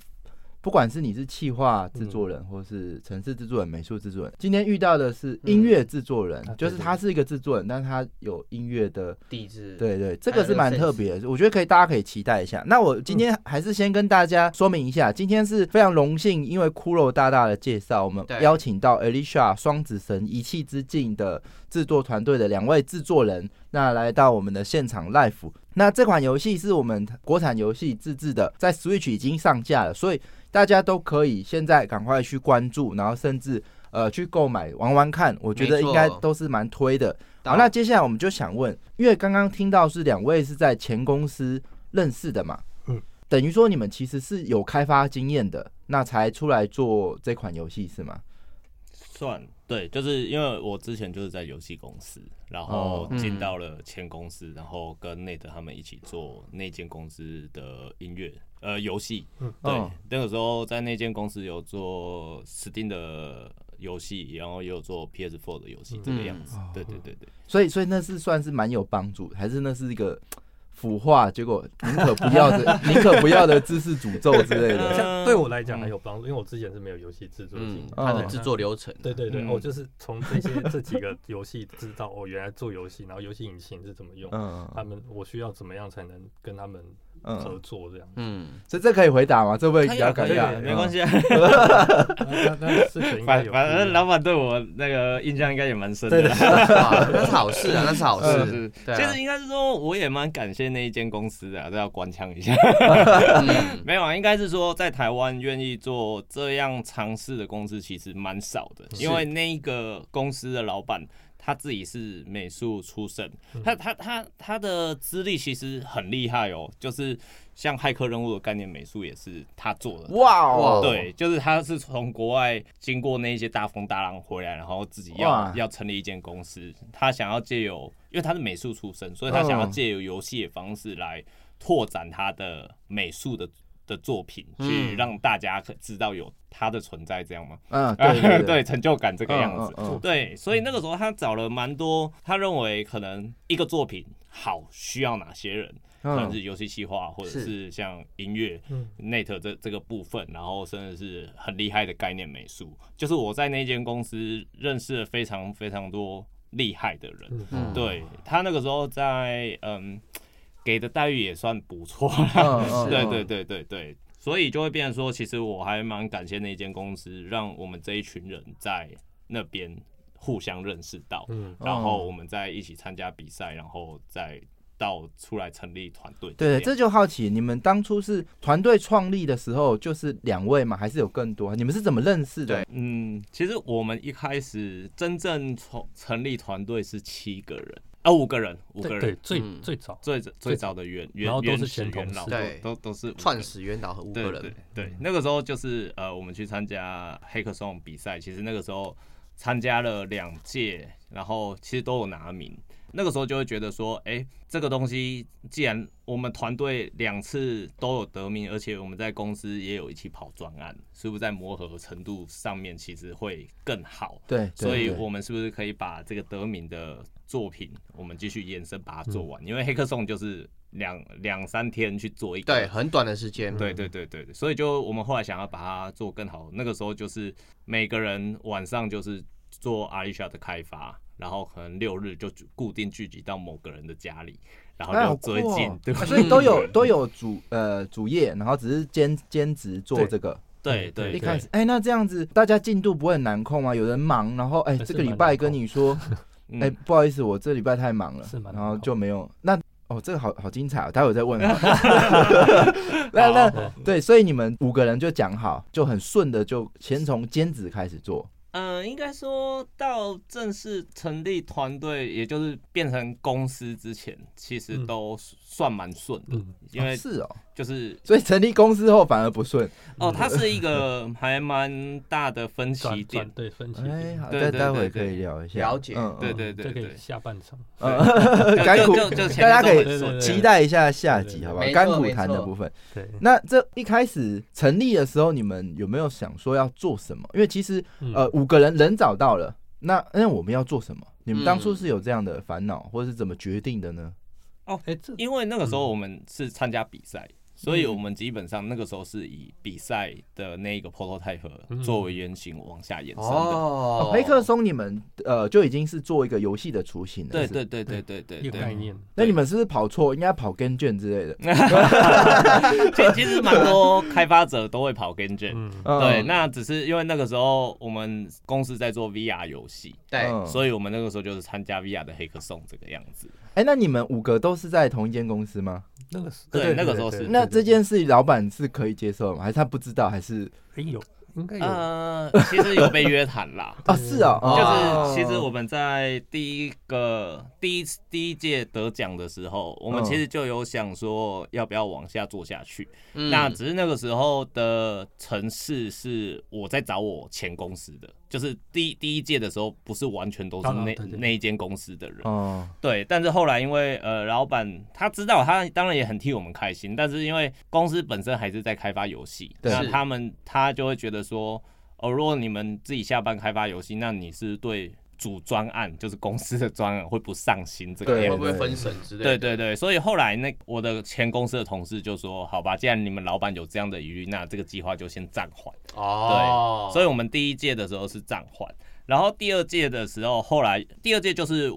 [SPEAKER 4] 不管是你是企划制作人，或是城市制作人、美术制作人，今天遇到的是音乐制作人，
[SPEAKER 6] 啊对
[SPEAKER 4] 就是他是一个制作人，但他有音乐的，
[SPEAKER 3] 地质，
[SPEAKER 4] 对对，这个是蛮特别的，我觉得可以，大家可以期待一下。那我
[SPEAKER 3] 嗯
[SPEAKER 4] 今天还是先跟大家说明一下，今天是非常荣幸，因为骷髅大大的介绍，我们
[SPEAKER 3] 对
[SPEAKER 4] 邀请到 Elisha 双子神一气之境的制作团队的两位制作人，那来到我们的现场 live。那这款游戏是我们国产游戏自制的，在 Switch 已经上架了，所以大家都可以现在赶快去关注，然后甚至呃去购买玩玩看，我觉得
[SPEAKER 3] 没错
[SPEAKER 4] 应该都是蛮推的。
[SPEAKER 3] 到
[SPEAKER 4] 好，那接下来我们就想问，因为刚刚听到是两位是在前公司认识的嘛，
[SPEAKER 6] 嗯，
[SPEAKER 4] 等于说你们其实是有开发经验的，那才出来做这款游戏是吗？
[SPEAKER 5] 算对，就是因为我之前就是在游戏公司，然后
[SPEAKER 4] 哦
[SPEAKER 5] 进
[SPEAKER 3] 嗯
[SPEAKER 5] 到了前公司，然后跟内德他们一起做那间公司的音乐呃游戏。
[SPEAKER 6] 嗯
[SPEAKER 5] 对，
[SPEAKER 4] 哦
[SPEAKER 5] 那个时候在那间公司有做 Steam 的游戏，然后也有做 PS4 的游戏，
[SPEAKER 4] 嗯
[SPEAKER 5] 这个样子。对对对对，
[SPEAKER 4] 哦所以，所以那是算是蛮有帮助的，还是那是一个腐化，结果宁可不要 <laughs> 的，宁可不要的知识诅咒之类 <laughs> 的。
[SPEAKER 6] 像对我来
[SPEAKER 4] 嗯
[SPEAKER 6] 讲很有帮助，因为我之前是没有游戏制作经
[SPEAKER 3] 嗯
[SPEAKER 6] 验，，
[SPEAKER 3] 它的
[SPEAKER 4] 哦
[SPEAKER 3] 制作流程，
[SPEAKER 6] 对对对，
[SPEAKER 5] 嗯
[SPEAKER 6] 我就是从这些这几个游戏知道哦，原来做游戏，然后游戏引擎是怎么用，
[SPEAKER 4] 嗯
[SPEAKER 6] 他们我需要怎么样才能跟他们合
[SPEAKER 4] 嗯，
[SPEAKER 6] 作这样。
[SPEAKER 3] 嗯，
[SPEAKER 4] 所以这可以回答吗？这会比较尴
[SPEAKER 5] 可以啊
[SPEAKER 4] 尬，
[SPEAKER 5] 没关
[SPEAKER 4] 系。
[SPEAKER 5] 系啊。
[SPEAKER 6] <laughs> 那那那事
[SPEAKER 4] 嗯
[SPEAKER 6] 情应该
[SPEAKER 5] <laughs> 反
[SPEAKER 6] 有不一样，
[SPEAKER 5] 反正老板对我那个印象应该也蛮深的
[SPEAKER 4] 对
[SPEAKER 5] 啦。
[SPEAKER 4] 的，
[SPEAKER 3] 哇，那是好事啊，那是好
[SPEAKER 5] 是
[SPEAKER 6] 嗯
[SPEAKER 3] 事，
[SPEAKER 5] 是，
[SPEAKER 3] 对啊
[SPEAKER 5] 其实应该是说，我也蛮感谢那一间公司的、啊，这要官腔一下。
[SPEAKER 3] 嗯
[SPEAKER 5] 没有啊，应该是说在台湾愿意做这样尝试的公司其实蛮少的，因为那一个公司的老板他自己是美术出身，他他他他的资历其实很厉害哦，就是像骇客任务的概念美术也是他做的。
[SPEAKER 4] 哇哦，
[SPEAKER 5] 对，就是他是从国外经过那一些大风大浪回来，然后自己
[SPEAKER 4] 哇
[SPEAKER 5] 要要成立一间公司，他想要借由，因为他是美术出身，所以他想要
[SPEAKER 4] 嗯
[SPEAKER 5] 借由游戏的方式来拓展他的美术的的作品，去
[SPEAKER 3] 嗯
[SPEAKER 5] 让大家可知道有他的存在，这样吗？
[SPEAKER 4] 嗯，对
[SPEAKER 5] <laughs>
[SPEAKER 4] <laughs> 对
[SPEAKER 5] 对，成就感这个样子。
[SPEAKER 4] 嗯嗯嗯
[SPEAKER 5] 对，所以那个时候他找了蛮多，他认为可能一个作品好需要哪些人，可能
[SPEAKER 4] 嗯
[SPEAKER 5] 是游戏企划，或者
[SPEAKER 3] 是
[SPEAKER 5] 是像音乐、
[SPEAKER 6] 嗯
[SPEAKER 5] Net 这这个部分，然后甚至是很厉害的概念美术。就是我在那间公司认识了非常非常多厉害的人，
[SPEAKER 6] 嗯
[SPEAKER 3] 嗯，
[SPEAKER 5] 对他那个时候在嗯给的待遇也算不错
[SPEAKER 4] 嗯
[SPEAKER 5] 啦，
[SPEAKER 4] 嗯
[SPEAKER 5] <laughs> 对
[SPEAKER 4] 嗯
[SPEAKER 5] 对对对对，所以就会变成说，其实我还蛮感谢那间公司，让我们这一群人在那边互相认识到，
[SPEAKER 6] 嗯
[SPEAKER 5] 然后
[SPEAKER 4] 哦
[SPEAKER 5] 我们再一起参加比赛，然后再到出来成立团队。
[SPEAKER 4] 对，
[SPEAKER 5] 这
[SPEAKER 4] 这就好奇，你们当初是团队创立的时候就是两位吗？还是有更多？你们是怎么认识的
[SPEAKER 3] 对？
[SPEAKER 5] 嗯，其实我们一开始真正从成立团队是七个人，啊，五个人，五个
[SPEAKER 6] 对对
[SPEAKER 5] 人。
[SPEAKER 6] 最
[SPEAKER 3] 嗯
[SPEAKER 6] 最早
[SPEAKER 5] 最最早的原原
[SPEAKER 6] 然后都
[SPEAKER 5] 原
[SPEAKER 6] 是
[SPEAKER 5] 始
[SPEAKER 6] 前同
[SPEAKER 5] 元老
[SPEAKER 6] 事
[SPEAKER 3] 对
[SPEAKER 5] 都都是五个
[SPEAKER 3] 创
[SPEAKER 5] 人
[SPEAKER 3] 始元老和五
[SPEAKER 5] 对
[SPEAKER 3] 个
[SPEAKER 5] 对
[SPEAKER 3] 人，嗯
[SPEAKER 5] 对，那个时候就是呃，我们去参加黑客松比赛，其实那个时候参加了两届，然后其实都有拿名。那个时候就会觉得说，哎、这个东西既然我们团队两次都有得名，而且我们在公司也有一起跑专案，是不是在磨合程度上面其实会更好？
[SPEAKER 4] 对，
[SPEAKER 5] 所以
[SPEAKER 4] 对对
[SPEAKER 5] 我们是不是可以把这个得名的作品，我们继续
[SPEAKER 3] 嗯
[SPEAKER 5] 延伸把它做完？因为黑客松就是两两三天去做一个
[SPEAKER 3] 对，很短的时间，
[SPEAKER 4] 嗯
[SPEAKER 5] 对对对对对，所以就我们后来想要把它做更好，那个时候就是每个人晚上就是做阿丽莎的开发，然后可能六日就固定聚集到某个人的家里，然
[SPEAKER 4] 哎
[SPEAKER 5] 后
[SPEAKER 4] 好
[SPEAKER 5] 就
[SPEAKER 4] 酷
[SPEAKER 5] 追进，
[SPEAKER 4] 哦
[SPEAKER 5] <laughs> 对吧
[SPEAKER 4] 啊？所以都有都有主呃主业，然后只是兼兼职做
[SPEAKER 5] 对
[SPEAKER 4] 这个。
[SPEAKER 5] 对
[SPEAKER 6] 对
[SPEAKER 5] 对，
[SPEAKER 4] 一
[SPEAKER 5] 对
[SPEAKER 4] 开始，哎、那这样子大家进度不会很难控吗？有人忙，然后哎、
[SPEAKER 6] 还是
[SPEAKER 4] 这个礼拜跟你说，哎、
[SPEAKER 5] <laughs> 嗯
[SPEAKER 4] 不好意思，我这礼拜太忙了
[SPEAKER 6] 是，蛮难
[SPEAKER 4] 然
[SPEAKER 6] 控
[SPEAKER 4] 后就没有。那哦，这个好好精彩、哦，待会再问
[SPEAKER 5] <laughs>
[SPEAKER 4] 好。 <laughs> 那那
[SPEAKER 6] 好
[SPEAKER 4] 对，所以你们五个人就讲好，就很顺的，就先从兼职开始做。
[SPEAKER 5] 嗯，应该说到正式成立团队，也就是变成公司之前，其实
[SPEAKER 6] 嗯
[SPEAKER 5] 都算蛮顺的，
[SPEAKER 6] 嗯
[SPEAKER 5] 因
[SPEAKER 4] 哦
[SPEAKER 5] 为
[SPEAKER 4] 是哦，
[SPEAKER 5] 就是
[SPEAKER 4] 所以成立公司后反而不顺。
[SPEAKER 5] 哦，它是一个还蛮大的分歧
[SPEAKER 6] 转
[SPEAKER 5] 点
[SPEAKER 6] 转，对分歧
[SPEAKER 4] 哎、
[SPEAKER 6] 点，嗯
[SPEAKER 4] 好，
[SPEAKER 5] 对
[SPEAKER 4] 待
[SPEAKER 5] 对
[SPEAKER 4] 待会
[SPEAKER 5] 对
[SPEAKER 4] 可以
[SPEAKER 5] 对
[SPEAKER 4] 聊一下。嗯
[SPEAKER 3] 了解
[SPEAKER 5] 对对对
[SPEAKER 6] 这可
[SPEAKER 5] 对
[SPEAKER 6] 以，下半场。
[SPEAKER 5] 对
[SPEAKER 4] 该苦
[SPEAKER 5] 就就就前
[SPEAKER 4] 大家
[SPEAKER 5] 面
[SPEAKER 4] 可以
[SPEAKER 5] 都很顺
[SPEAKER 6] 对
[SPEAKER 4] 期待一下下
[SPEAKER 6] 对对
[SPEAKER 4] 集，
[SPEAKER 6] 对
[SPEAKER 4] 好不好
[SPEAKER 3] 没？错
[SPEAKER 4] 甘苦谈的
[SPEAKER 3] 没错
[SPEAKER 4] 部分。
[SPEAKER 6] 对，
[SPEAKER 4] 那这一开始成立的时候，你们有没有想说要做什么？因为其实
[SPEAKER 6] 嗯
[SPEAKER 4] 呃，五个人人找到了，那那我们要做什么？你们当初
[SPEAKER 3] 嗯
[SPEAKER 4] 是有这样的烦恼，或者是怎么决定的呢？
[SPEAKER 6] 哎这
[SPEAKER 5] 因为那个时候我们是参加比赛，所
[SPEAKER 4] 嗯
[SPEAKER 5] 以我们基本上那个时候是以比赛的那一个 prototype
[SPEAKER 6] 嗯
[SPEAKER 5] 作为原型往下延伸的。
[SPEAKER 3] 哦，
[SPEAKER 4] 黑客松，你们呃就已经是做一个游戏的雏形了，
[SPEAKER 5] 对
[SPEAKER 4] 是不是。
[SPEAKER 5] 对对对对对
[SPEAKER 6] 一个概
[SPEAKER 5] 对，
[SPEAKER 6] 念，
[SPEAKER 4] 那你们是不是跑错？应该跑跟卷之类
[SPEAKER 5] <laughs>
[SPEAKER 4] 的。
[SPEAKER 5] 其其实蛮多开发者都会跑 game jam。
[SPEAKER 6] 嗯，
[SPEAKER 4] 嗯
[SPEAKER 5] 对，那只是因为那个时候我们公司在做 VR 游戏，
[SPEAKER 3] 对，
[SPEAKER 4] 嗯
[SPEAKER 5] 所以我们那个时候就是参加 VR 的黑客松这个样子。
[SPEAKER 4] 哎，那你们五个都是在同一间公司吗？
[SPEAKER 6] 那个是
[SPEAKER 5] 对那个时候是
[SPEAKER 4] 那这件事老板是可以接受吗？还是他不知道？还是
[SPEAKER 6] 哎有应该有
[SPEAKER 5] 呃，其实有被约谈啦，
[SPEAKER 4] 啊，是哦，
[SPEAKER 5] 就是
[SPEAKER 4] 哦
[SPEAKER 5] 其实我们在第一个第一次第一届得奖的时候，我们
[SPEAKER 4] 嗯
[SPEAKER 5] 其实就有想说要不要往下做下去。
[SPEAKER 3] 嗯
[SPEAKER 5] 那只是那个时候的城市是我在找我前公司的，就是第第一届的时候不是完全都是
[SPEAKER 6] 当然
[SPEAKER 5] 那
[SPEAKER 6] 对对
[SPEAKER 5] 那一间公司的人。
[SPEAKER 4] 哦，
[SPEAKER 5] 对，但是后来因为呃，老板他知道，他当然也很替我们开心，但是因为公司本身还是在开发游戏，
[SPEAKER 4] 对
[SPEAKER 5] 那
[SPEAKER 3] 是
[SPEAKER 5] 他们他就会觉得说，哦，如果你们自己下班开发游戏，那你是对主专案，就是公司的专案会不上心这个
[SPEAKER 4] 对
[SPEAKER 3] 会
[SPEAKER 5] 样
[SPEAKER 3] 不
[SPEAKER 5] 子。
[SPEAKER 3] 会分神之类
[SPEAKER 5] 对
[SPEAKER 3] 的？
[SPEAKER 5] 对对，所以后来那我的前公司的同事就说，好吧，既然你们老板有这样的疑虑，那这个计划就先暂缓。
[SPEAKER 3] 哦，
[SPEAKER 5] 所以
[SPEAKER 3] 以
[SPEAKER 5] 我们第一届的时候是暂缓，然后第二届的时候，后来第二届就是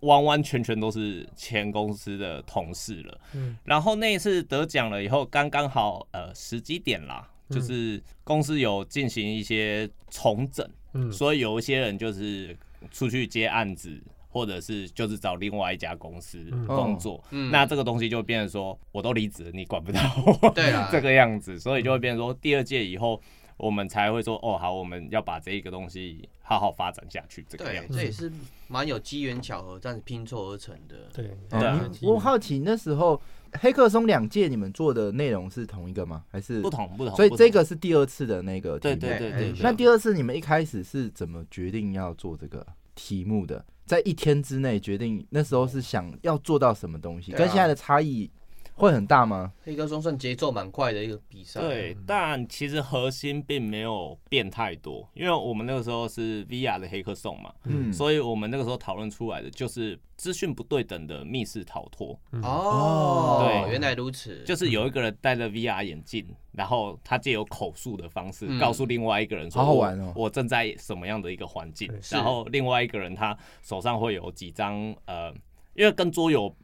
[SPEAKER 5] 完完全全都是前公司的同事了。
[SPEAKER 6] 嗯
[SPEAKER 5] 然后那一次得奖了以后，刚刚好呃时机点啦，
[SPEAKER 6] 嗯
[SPEAKER 5] 就是公司有进行一些重整，
[SPEAKER 6] 嗯
[SPEAKER 5] 所以有一些人就是出去接案子。或者是就是找另外一家公司
[SPEAKER 6] 嗯
[SPEAKER 5] 工作，
[SPEAKER 3] 嗯
[SPEAKER 5] 那这个东西就变成说，我都离职了，你管不到我。
[SPEAKER 3] 对啦
[SPEAKER 5] <laughs> 这个样子，所以就会变成说，第二届以后我们才会说，哦，好，我们要把这一个东西好好发展下去，这个样
[SPEAKER 3] 对，
[SPEAKER 5] 子。
[SPEAKER 3] 这也是蛮有机缘巧合，但是拼凑而成的。
[SPEAKER 6] 对
[SPEAKER 5] 对啊
[SPEAKER 6] 很
[SPEAKER 4] 嗯
[SPEAKER 6] 激
[SPEAKER 4] 我
[SPEAKER 6] 烈
[SPEAKER 4] 好奇那时候黑客松两届你们做的内容是同一个吗？还是
[SPEAKER 5] 不？同不同，
[SPEAKER 4] 所以
[SPEAKER 5] 不同
[SPEAKER 4] 这个是第二次的那个题
[SPEAKER 5] 对
[SPEAKER 4] 目。
[SPEAKER 5] 对对对。对
[SPEAKER 4] 那第二次你们一开始是怎么决定要做这个题目的？在一天之内决定，那时候是想要做到什么东西，
[SPEAKER 3] 对啊
[SPEAKER 4] 跟现在的差异会很大吗？
[SPEAKER 3] 黑客松算节奏蛮快的一个比赛，
[SPEAKER 5] 对，但其实核心并没有变太多，因为我们那个时候是 VR 的黑客松嘛，
[SPEAKER 4] 嗯，
[SPEAKER 5] 所以我们那个时候讨论出来的就是资讯不对等的密室逃脱，
[SPEAKER 3] 哦，
[SPEAKER 5] 对
[SPEAKER 3] 原来如此，
[SPEAKER 5] 就是有一个人戴着 VR 眼镜，然后他借由口述的方式
[SPEAKER 3] 嗯
[SPEAKER 5] 告诉另外一个人说：“
[SPEAKER 4] 好好玩哦
[SPEAKER 5] 我我正在什么样的一个环境
[SPEAKER 6] 对。”
[SPEAKER 5] 然后另外一个人他手上会有几张呃，因为跟桌游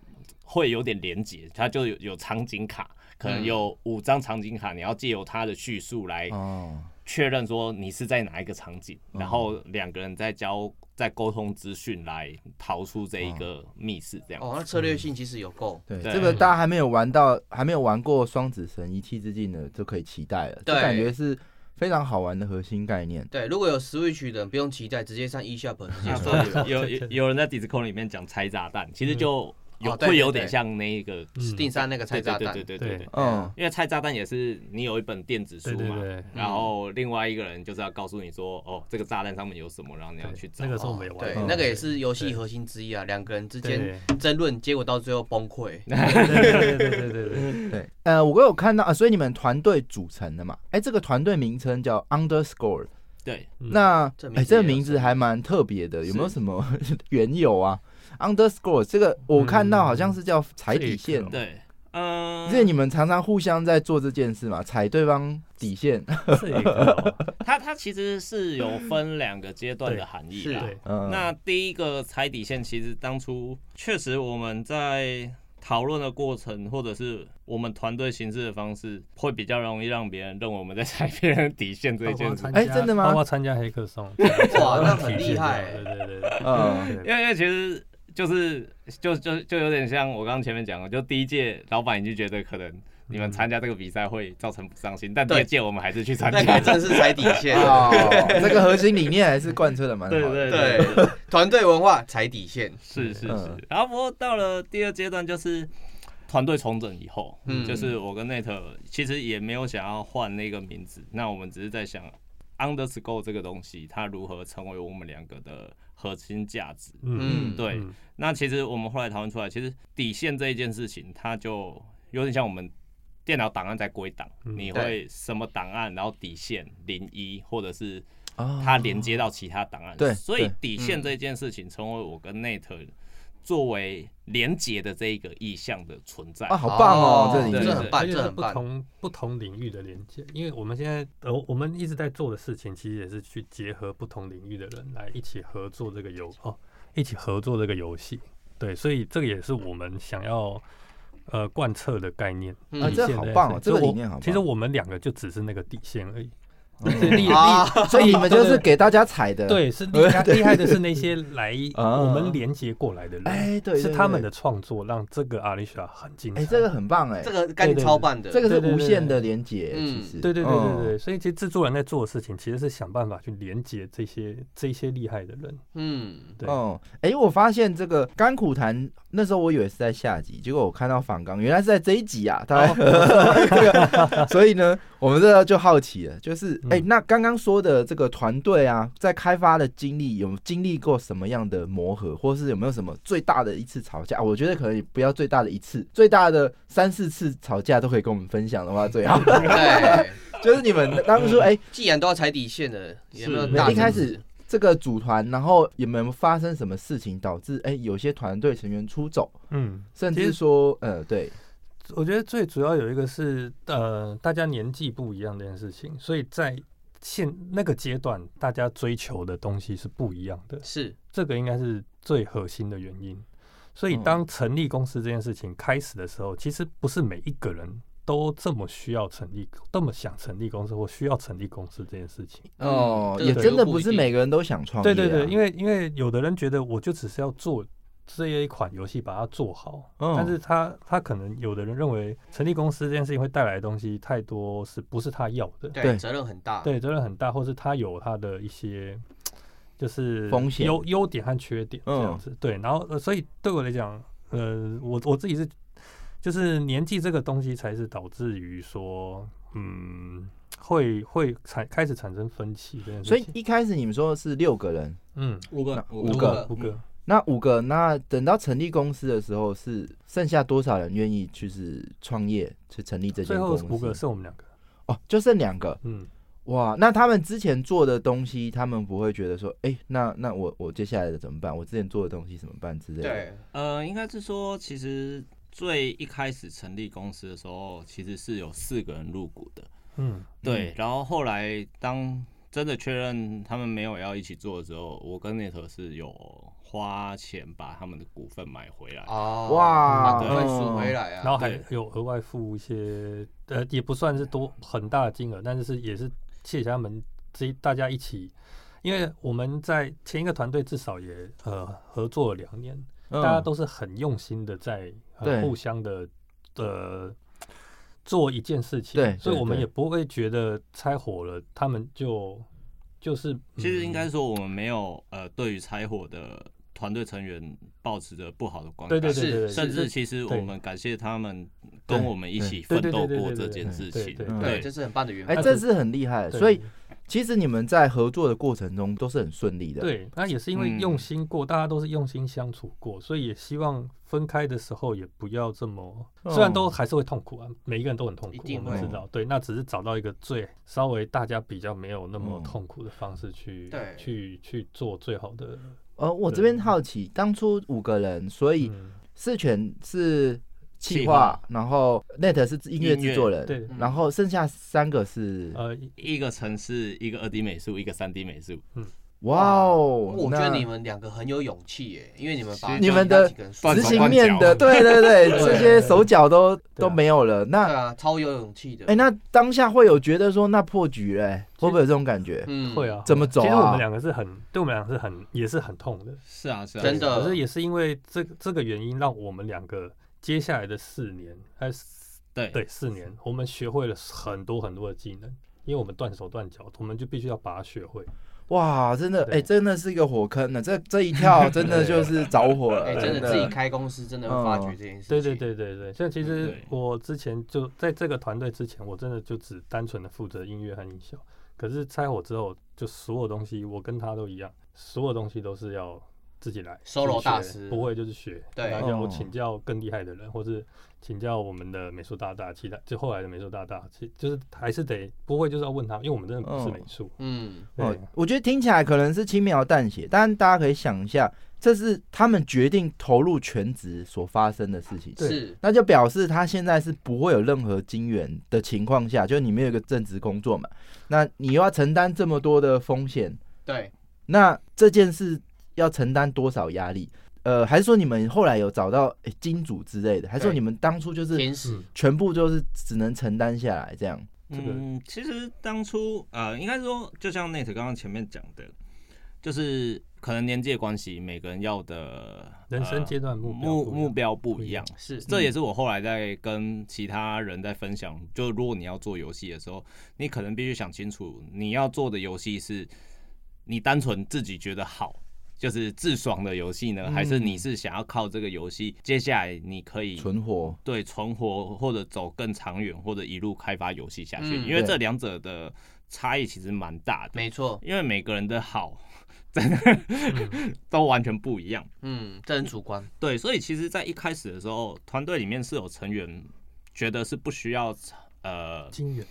[SPEAKER 5] 会有点连结，他就有有场景卡，可能
[SPEAKER 3] 嗯
[SPEAKER 5] 有五张场景卡，你要借由他的叙述来
[SPEAKER 4] 哦，
[SPEAKER 5] 确认说你是在哪一个场景，
[SPEAKER 4] 嗯
[SPEAKER 5] 然后两个人在交在沟通资讯来逃出这一
[SPEAKER 4] 哦
[SPEAKER 5] 个密室这样。
[SPEAKER 3] 哦，那策略性其实有够，
[SPEAKER 4] 对，
[SPEAKER 5] 对
[SPEAKER 4] 这个大家还没有玩到，还没有玩过《双子神一气之境》的，就可以期待了。
[SPEAKER 3] 对
[SPEAKER 4] 这感觉是非常好玩的核心概念。
[SPEAKER 3] 对，如果有 Switch 的人不用期待，直接上 eShop 直接
[SPEAKER 5] <laughs> 那
[SPEAKER 3] 说
[SPEAKER 5] 时候啊有有有有人在 Discord 里面讲拆炸弹，其
[SPEAKER 6] 嗯
[SPEAKER 5] 实就有、
[SPEAKER 3] 哦对
[SPEAKER 5] 会
[SPEAKER 3] 对
[SPEAKER 5] 有
[SPEAKER 3] 对
[SPEAKER 5] 点像那一个
[SPEAKER 3] 定三那个拆炸弹，
[SPEAKER 5] 对对对对对
[SPEAKER 6] 对
[SPEAKER 5] 对。
[SPEAKER 4] 嗯，
[SPEAKER 5] 因为拆炸弹也是你有一本电子书
[SPEAKER 6] 对对
[SPEAKER 5] 嘛，
[SPEAKER 3] 嗯
[SPEAKER 6] 对，
[SPEAKER 5] 然后另外一个人就是要告诉你说，哦，这个炸弹上面有什么，然后你要去找。啊
[SPEAKER 6] 那个时候我们也玩
[SPEAKER 3] 对
[SPEAKER 6] 过，，
[SPEAKER 3] 那个也是游戏核心之一啊，两个人之间
[SPEAKER 6] 对
[SPEAKER 3] 争论，结果到最后崩溃。
[SPEAKER 5] <laughs>
[SPEAKER 6] 对对对对对对对，
[SPEAKER 4] 对，呃，我有看到啊，所以你们团队组成的嘛，哎，这个团队名称叫 Underscore，
[SPEAKER 5] 对，
[SPEAKER 6] 嗯
[SPEAKER 4] 那
[SPEAKER 3] 这名字
[SPEAKER 4] 哎，这个
[SPEAKER 3] 也有
[SPEAKER 4] 名字还蛮特别的，有没有
[SPEAKER 5] 是
[SPEAKER 4] 什么 <laughs> 缘由啊？Underscore 这个我看到好像是叫踩底线
[SPEAKER 6] 嗯，
[SPEAKER 5] 对，嗯，
[SPEAKER 4] 所以你们常常互相在做这件事嘛，踩对方底线，
[SPEAKER 6] 这也可以哦
[SPEAKER 5] 它它其实是有分两个阶段的
[SPEAKER 6] 对
[SPEAKER 5] 含义
[SPEAKER 3] 是
[SPEAKER 5] 啦。
[SPEAKER 6] 对，
[SPEAKER 4] 嗯，
[SPEAKER 5] 那第一个踩底线，其实当初确实我们在讨论的过程，或者是我们团队行事的方式，会比较容易让别人认为我们在踩别人底线这
[SPEAKER 6] 包
[SPEAKER 5] 一件
[SPEAKER 6] <laughs> 括
[SPEAKER 5] 事。
[SPEAKER 6] 参
[SPEAKER 4] 哎
[SPEAKER 6] 加
[SPEAKER 4] 真的吗
[SPEAKER 6] 包括参加黑客松，
[SPEAKER 3] 哇，那
[SPEAKER 6] <laughs>
[SPEAKER 3] 很厉害
[SPEAKER 6] 对，对对对，
[SPEAKER 4] 嗯，
[SPEAKER 5] 因为因为其实就是就就就有点像我刚刚前面讲的，就第一届老板已经觉得可能你们参加这个比赛会造成不上心，但第二
[SPEAKER 3] 对
[SPEAKER 5] 届我们还是去参
[SPEAKER 3] 那
[SPEAKER 5] 加
[SPEAKER 3] 个。真的是踩底线。
[SPEAKER 4] <laughs> 哦，这个核心理念还是贯彻的蛮好
[SPEAKER 5] 对
[SPEAKER 4] 的，
[SPEAKER 3] <laughs>
[SPEAKER 5] 对
[SPEAKER 3] 对，团队文化踩底线，
[SPEAKER 5] 是是
[SPEAKER 4] 嗯
[SPEAKER 5] 是。然后不过到了第二阶段，就是团队重整以后，
[SPEAKER 3] 嗯
[SPEAKER 5] 就是我跟 Net 其实也没有想要换那个名字，那我们只是在想 Underscore 这个东西，它如何成为我们两个的核心价值。
[SPEAKER 3] 嗯，
[SPEAKER 5] 对，
[SPEAKER 6] 嗯
[SPEAKER 5] 那其实我们后来讨论出来，其实底线这一件事情，它就有点像我们。电脑档案在归档，
[SPEAKER 6] 嗯
[SPEAKER 5] 你
[SPEAKER 3] 对
[SPEAKER 5] 会什么档案，然后底线零一，或者是
[SPEAKER 3] 哦
[SPEAKER 4] 啊，
[SPEAKER 5] 它连接到其他档案。
[SPEAKER 4] 对
[SPEAKER 5] 所以
[SPEAKER 4] 对
[SPEAKER 5] 底线
[SPEAKER 3] 嗯
[SPEAKER 5] 这件事情成为我跟 Net 作为连接的这一个意向的存在。
[SPEAKER 4] 啊，好棒哦，这
[SPEAKER 3] 对
[SPEAKER 4] 里
[SPEAKER 5] 对
[SPEAKER 3] 这
[SPEAKER 4] 面
[SPEAKER 5] 对
[SPEAKER 3] 很棒，
[SPEAKER 6] 而且
[SPEAKER 3] 这
[SPEAKER 6] 是
[SPEAKER 3] 很
[SPEAKER 6] 不
[SPEAKER 3] 棒。
[SPEAKER 6] 同不同领域的连接，因为我们现在呃，我们一直在做的事情，其实也是去结合不同领域的人来一起合作这个游哦，一起合作这个游戏。对，所以这个也是我们想要呃贯彻的概念。
[SPEAKER 3] 嗯
[SPEAKER 4] 啊，
[SPEAKER 6] 底
[SPEAKER 4] 这
[SPEAKER 6] 线
[SPEAKER 4] 好
[SPEAKER 6] 也
[SPEAKER 4] 棒
[SPEAKER 6] 是
[SPEAKER 4] 哦，这个
[SPEAKER 6] 所以
[SPEAKER 4] 理
[SPEAKER 6] 我
[SPEAKER 4] 念好棒，
[SPEAKER 6] 其实我们两个就只是那个底线而已。
[SPEAKER 4] 嗯
[SPEAKER 6] 对
[SPEAKER 3] <laughs>
[SPEAKER 6] 厉
[SPEAKER 3] 啊
[SPEAKER 6] 厉，
[SPEAKER 4] 所以你们就是给大家踩的，，
[SPEAKER 6] 对，是厉害
[SPEAKER 4] <laughs>
[SPEAKER 6] 厉害的是那些来
[SPEAKER 4] 啊
[SPEAKER 6] 我们连接过来的人，
[SPEAKER 4] 哎，对，
[SPEAKER 6] 是
[SPEAKER 4] 对
[SPEAKER 6] 他们，
[SPEAKER 4] 对
[SPEAKER 6] 的创作让这个阿丽莎很精彩。
[SPEAKER 4] 哎，这个很棒，哎，
[SPEAKER 3] 这个干超棒的，
[SPEAKER 4] 这个是
[SPEAKER 6] 对对
[SPEAKER 4] 无
[SPEAKER 6] 对
[SPEAKER 4] 限的连接，
[SPEAKER 3] 嗯
[SPEAKER 4] 其实，
[SPEAKER 6] 对对对对对，
[SPEAKER 4] 嗯，
[SPEAKER 6] 所以其实制作人在做的事情，其实是想办法去连接这些这些厉害的人。
[SPEAKER 3] 嗯，
[SPEAKER 6] 对
[SPEAKER 4] 哦，哎、我发现这个甘苦谈，那时候我以为是在下集，结果我看到仿纲，原来是在这一集啊，大家、<laughs>
[SPEAKER 6] 哦
[SPEAKER 4] 这个，所以呢，我们这就好奇了，就是哎、
[SPEAKER 6] 嗯
[SPEAKER 4] 那刚刚说的这个团队啊，在开发的经历有经历过什么样的磨合，或是有没有什么最大的一次吵架？啊我觉得可能也不要最大的一次，最大的三四次吵架都可以跟我们分享的话最好， <laughs>
[SPEAKER 3] 对，
[SPEAKER 4] 就是你们当初哎、
[SPEAKER 3] 既然都要踩底线了，有没有
[SPEAKER 5] 是
[SPEAKER 3] 大
[SPEAKER 4] 一开
[SPEAKER 3] 争
[SPEAKER 4] 始
[SPEAKER 3] 执
[SPEAKER 4] 这个组团，然后有没有发生什么事情导致哎、有些团队成员出走，
[SPEAKER 6] 嗯，
[SPEAKER 4] 甚
[SPEAKER 6] 其
[SPEAKER 4] 至
[SPEAKER 6] 实
[SPEAKER 4] 说呃对，
[SPEAKER 6] 我觉得最主要有一个是呃，大家年纪不一样这件事情，所以在现那个阶段，大家追求的东西是不一样的，
[SPEAKER 3] 是
[SPEAKER 6] 这个应该是最核心的原因。所以
[SPEAKER 4] 嗯
[SPEAKER 6] 当成立公司这件事情开始的时候，其实不是每一个人都这么需要成立，这么想成立公司或需要成立公司这件事情。
[SPEAKER 3] 嗯
[SPEAKER 4] 哦，
[SPEAKER 3] 这
[SPEAKER 4] 也
[SPEAKER 3] 个
[SPEAKER 4] 真的
[SPEAKER 3] 又
[SPEAKER 4] 不
[SPEAKER 3] 不一
[SPEAKER 4] 是
[SPEAKER 3] 定
[SPEAKER 4] 每个人都想创业、
[SPEAKER 6] 对
[SPEAKER 4] 啊，
[SPEAKER 6] 对对，因
[SPEAKER 4] 为
[SPEAKER 6] 为因为有的人觉得我就只是要做这一款游戏把它做好，
[SPEAKER 4] 嗯
[SPEAKER 6] 但是他他可能有的人认为成立公司这件事情会带来的东西太多，是不是他要的？
[SPEAKER 4] 对
[SPEAKER 3] 对责任很大，
[SPEAKER 6] 对，责任很大，或是他有他的一些就是
[SPEAKER 4] 风险
[SPEAKER 6] 优优点和缺点这样
[SPEAKER 4] 嗯
[SPEAKER 6] 子。对，然后、呃、所以对我来讲，呃，我我自己是就是年纪这个东西才是导致于说，嗯，会会产开始产生分歧这件
[SPEAKER 4] 所
[SPEAKER 6] 事
[SPEAKER 4] 以
[SPEAKER 6] 情。
[SPEAKER 4] 一开始你们说是六个人，
[SPEAKER 6] 嗯，
[SPEAKER 3] 五
[SPEAKER 4] 那
[SPEAKER 3] 个
[SPEAKER 4] 五个
[SPEAKER 6] 五个，
[SPEAKER 4] 那五个，那等到成立公司的时候，是剩下多少人愿意就是创业去成立这间
[SPEAKER 6] 最后
[SPEAKER 4] 公司？
[SPEAKER 6] 五个是我们两个，
[SPEAKER 4] 哦，就剩两个
[SPEAKER 6] 嗯，
[SPEAKER 4] 哇！那他们之前做的东西，他们不会觉得说，哎、那那我我接下来的怎么办？我之前做的东西怎么办之类的？，
[SPEAKER 3] 对，
[SPEAKER 5] 呃，应该是说，其实最一开始成立公司的时候，其实是有四个人入股的。
[SPEAKER 6] 嗯，
[SPEAKER 5] 对，然后后来当真的确认他们没有要一起做的时候，我跟 Net 是有花钱把他们的股份买回来。
[SPEAKER 3] 哦，
[SPEAKER 4] 哇
[SPEAKER 3] 把股份赎回来
[SPEAKER 6] 嗯然
[SPEAKER 3] 啊，
[SPEAKER 6] 后还
[SPEAKER 5] 对
[SPEAKER 6] 有额外付一些，呃，也不算是多很大的金额，但是也是谢谢他们这一大家一起，因为我们在前一个团队至少也呃合作了两年，
[SPEAKER 4] 嗯
[SPEAKER 6] 大家都是很用心的在呃
[SPEAKER 4] 对
[SPEAKER 6] 互相的呃做一件事情，
[SPEAKER 4] 对
[SPEAKER 6] 所以
[SPEAKER 4] 对
[SPEAKER 6] 我们
[SPEAKER 4] 对
[SPEAKER 6] 也不会觉得拆伙了，他们就就是
[SPEAKER 5] 其实应该
[SPEAKER 6] 嗯
[SPEAKER 5] 说我们没有呃，对于拆伙的团队成员抱持着不好的观感，
[SPEAKER 6] 嗯对对对
[SPEAKER 3] 是
[SPEAKER 6] 对对，
[SPEAKER 5] 甚至
[SPEAKER 6] 是
[SPEAKER 5] 其实
[SPEAKER 6] 对
[SPEAKER 5] 我们感谢他们跟我们一起
[SPEAKER 6] 对
[SPEAKER 5] 奋
[SPEAKER 6] 对对
[SPEAKER 5] 斗
[SPEAKER 6] 对
[SPEAKER 5] 过
[SPEAKER 6] 对
[SPEAKER 5] 这
[SPEAKER 6] 对
[SPEAKER 5] 件事
[SPEAKER 6] 对
[SPEAKER 5] 情。
[SPEAKER 6] 对
[SPEAKER 3] 对，
[SPEAKER 5] 对
[SPEAKER 3] 这，是很棒的缘
[SPEAKER 4] 哎、
[SPEAKER 3] 分。
[SPEAKER 4] 这是很厉害。
[SPEAKER 6] 对
[SPEAKER 4] 所以其实你们在合作的过程中都是很顺利的。，
[SPEAKER 6] 对，那也是因为
[SPEAKER 5] 嗯
[SPEAKER 6] 用心过，大家都是用心相处过，所以也希望分开的时候也不要这么，虽然都
[SPEAKER 4] 哦
[SPEAKER 6] 还是会痛苦啊，每一个人都很痛苦，
[SPEAKER 3] 一定
[SPEAKER 6] 我们
[SPEAKER 4] 会
[SPEAKER 6] 知道，对，那只是找到一个最稍微大家比较没有那么
[SPEAKER 4] 嗯
[SPEAKER 6] 痛苦的方式去、
[SPEAKER 3] 嗯对
[SPEAKER 6] 去去做最好的，
[SPEAKER 4] 呃，我这边好奇，当初五个人，所以
[SPEAKER 6] 嗯，
[SPEAKER 4] 四全是企
[SPEAKER 5] 企
[SPEAKER 4] 划
[SPEAKER 5] 划，
[SPEAKER 4] 然后 Net 是音乐
[SPEAKER 5] 音乐
[SPEAKER 4] 制作人，
[SPEAKER 6] 对，
[SPEAKER 4] 然后剩下三个是，
[SPEAKER 6] 呃，
[SPEAKER 5] 一个城市，一个二 D 美术，一个三 D 美术，
[SPEAKER 4] 哇哦，
[SPEAKER 3] 我觉得
[SPEAKER 4] 那
[SPEAKER 3] 你们两个很有勇气耶，因为你们把
[SPEAKER 4] 你们的
[SPEAKER 3] 其他几个人
[SPEAKER 5] 断
[SPEAKER 4] 执
[SPEAKER 5] 手
[SPEAKER 4] 行
[SPEAKER 5] 断
[SPEAKER 4] 面
[SPEAKER 3] <laughs>
[SPEAKER 5] 脚
[SPEAKER 4] 的，对对对，
[SPEAKER 6] 对
[SPEAKER 4] 这些手脚都
[SPEAKER 6] 对
[SPEAKER 4] 都
[SPEAKER 6] 啊
[SPEAKER 4] 没有了。
[SPEAKER 3] 对
[SPEAKER 4] 那
[SPEAKER 3] 啊，超有勇气的。
[SPEAKER 4] 哎，那当下会有觉得说那破局嘞，会不会有这种感觉？
[SPEAKER 3] 嗯
[SPEAKER 6] 会，啊，
[SPEAKER 4] 怎么走
[SPEAKER 6] 其实我
[SPEAKER 4] 啊
[SPEAKER 6] 们两个是很，对我们两个是很，也是很痛的，
[SPEAKER 5] 是啊，是啊，
[SPEAKER 3] 真的
[SPEAKER 6] 可是也是因为这这个原因，让我们两个接下来的四年，还
[SPEAKER 5] 对
[SPEAKER 6] 对，四年，我们学会了很多很多的技能，因为我们断手断脚，我们就必须要把它学会。
[SPEAKER 4] 哇，真的，
[SPEAKER 6] 对
[SPEAKER 4] 哎，真的是一个火坑呢。这这一
[SPEAKER 3] <laughs>
[SPEAKER 4] 跳真的就是着火了
[SPEAKER 3] 哎，，真的自己开公司真的会发觉
[SPEAKER 4] 嗯
[SPEAKER 3] 这件事情。
[SPEAKER 6] 对对对对对，像其实
[SPEAKER 5] 对
[SPEAKER 6] 我之前就在这个团队之前，我真的就只单纯的负责音乐和音效。可是拆伙之后，就所有东西我跟他都一样，所有东西都是要自己来
[SPEAKER 3] Solo
[SPEAKER 6] 自己学
[SPEAKER 3] 大师
[SPEAKER 6] 不会就是学，
[SPEAKER 3] 对
[SPEAKER 6] 然后就
[SPEAKER 4] 哦
[SPEAKER 6] 我请教更厉害的人，或是请教我们的美术大大，其他就后来的美术大大，其就是还是得不会就是要问他，因为我们真的不是
[SPEAKER 4] 哦
[SPEAKER 6] 美术，
[SPEAKER 3] 嗯，
[SPEAKER 4] 哦
[SPEAKER 6] 对，
[SPEAKER 4] 我觉得听起来可能是轻描淡写，但大家可以想一下，这是他们决定投入全职所发生的事情。
[SPEAKER 6] 对
[SPEAKER 3] 是
[SPEAKER 4] 那就表示他现在是不会有任何金源的情况下，就是你没有一个正职工作嘛，那你又要承担这么多的风险，
[SPEAKER 3] 对，
[SPEAKER 4] 那这件事要承担多少压力？呃，还是说你们后来有找到、诶金主之类的，还是说
[SPEAKER 3] 对
[SPEAKER 4] 你们当初就是
[SPEAKER 3] 天使
[SPEAKER 6] 嗯
[SPEAKER 4] 全部就是只能承担下来这样？
[SPEAKER 6] 这个
[SPEAKER 5] 嗯，其实当初呃，应该说，就像 Nate 刚刚前面讲的，就是可能年纪的关系，每个人要的
[SPEAKER 6] 人生阶段
[SPEAKER 5] 呃
[SPEAKER 6] 目标
[SPEAKER 5] 目
[SPEAKER 6] 不一
[SPEAKER 5] 目
[SPEAKER 6] 样
[SPEAKER 5] 标不一样。
[SPEAKER 3] 是
[SPEAKER 5] 这
[SPEAKER 4] 嗯
[SPEAKER 5] 也是我后来在跟其他人在分享，就如果你要做游戏的时候，你可能必须想清楚，你要做的游戏是你单纯自己觉得好，就是自爽的游戏呢，还是你是想要靠这个游戏，接下来你可以
[SPEAKER 4] 嗯存活，
[SPEAKER 5] 对存活或者走更长远，或者一路开发游戏下去，
[SPEAKER 3] 嗯
[SPEAKER 5] 因为
[SPEAKER 4] 对
[SPEAKER 5] 这两者的差异其实蛮大的。
[SPEAKER 3] 没错，
[SPEAKER 5] 因为每个人的好 <laughs> 真的 <laughs> 都完全不一样。
[SPEAKER 3] 嗯，这很主观，
[SPEAKER 5] 对，所以其实，在一开始的时候，团队里面是有成员觉得是不需要呃
[SPEAKER 6] 金源，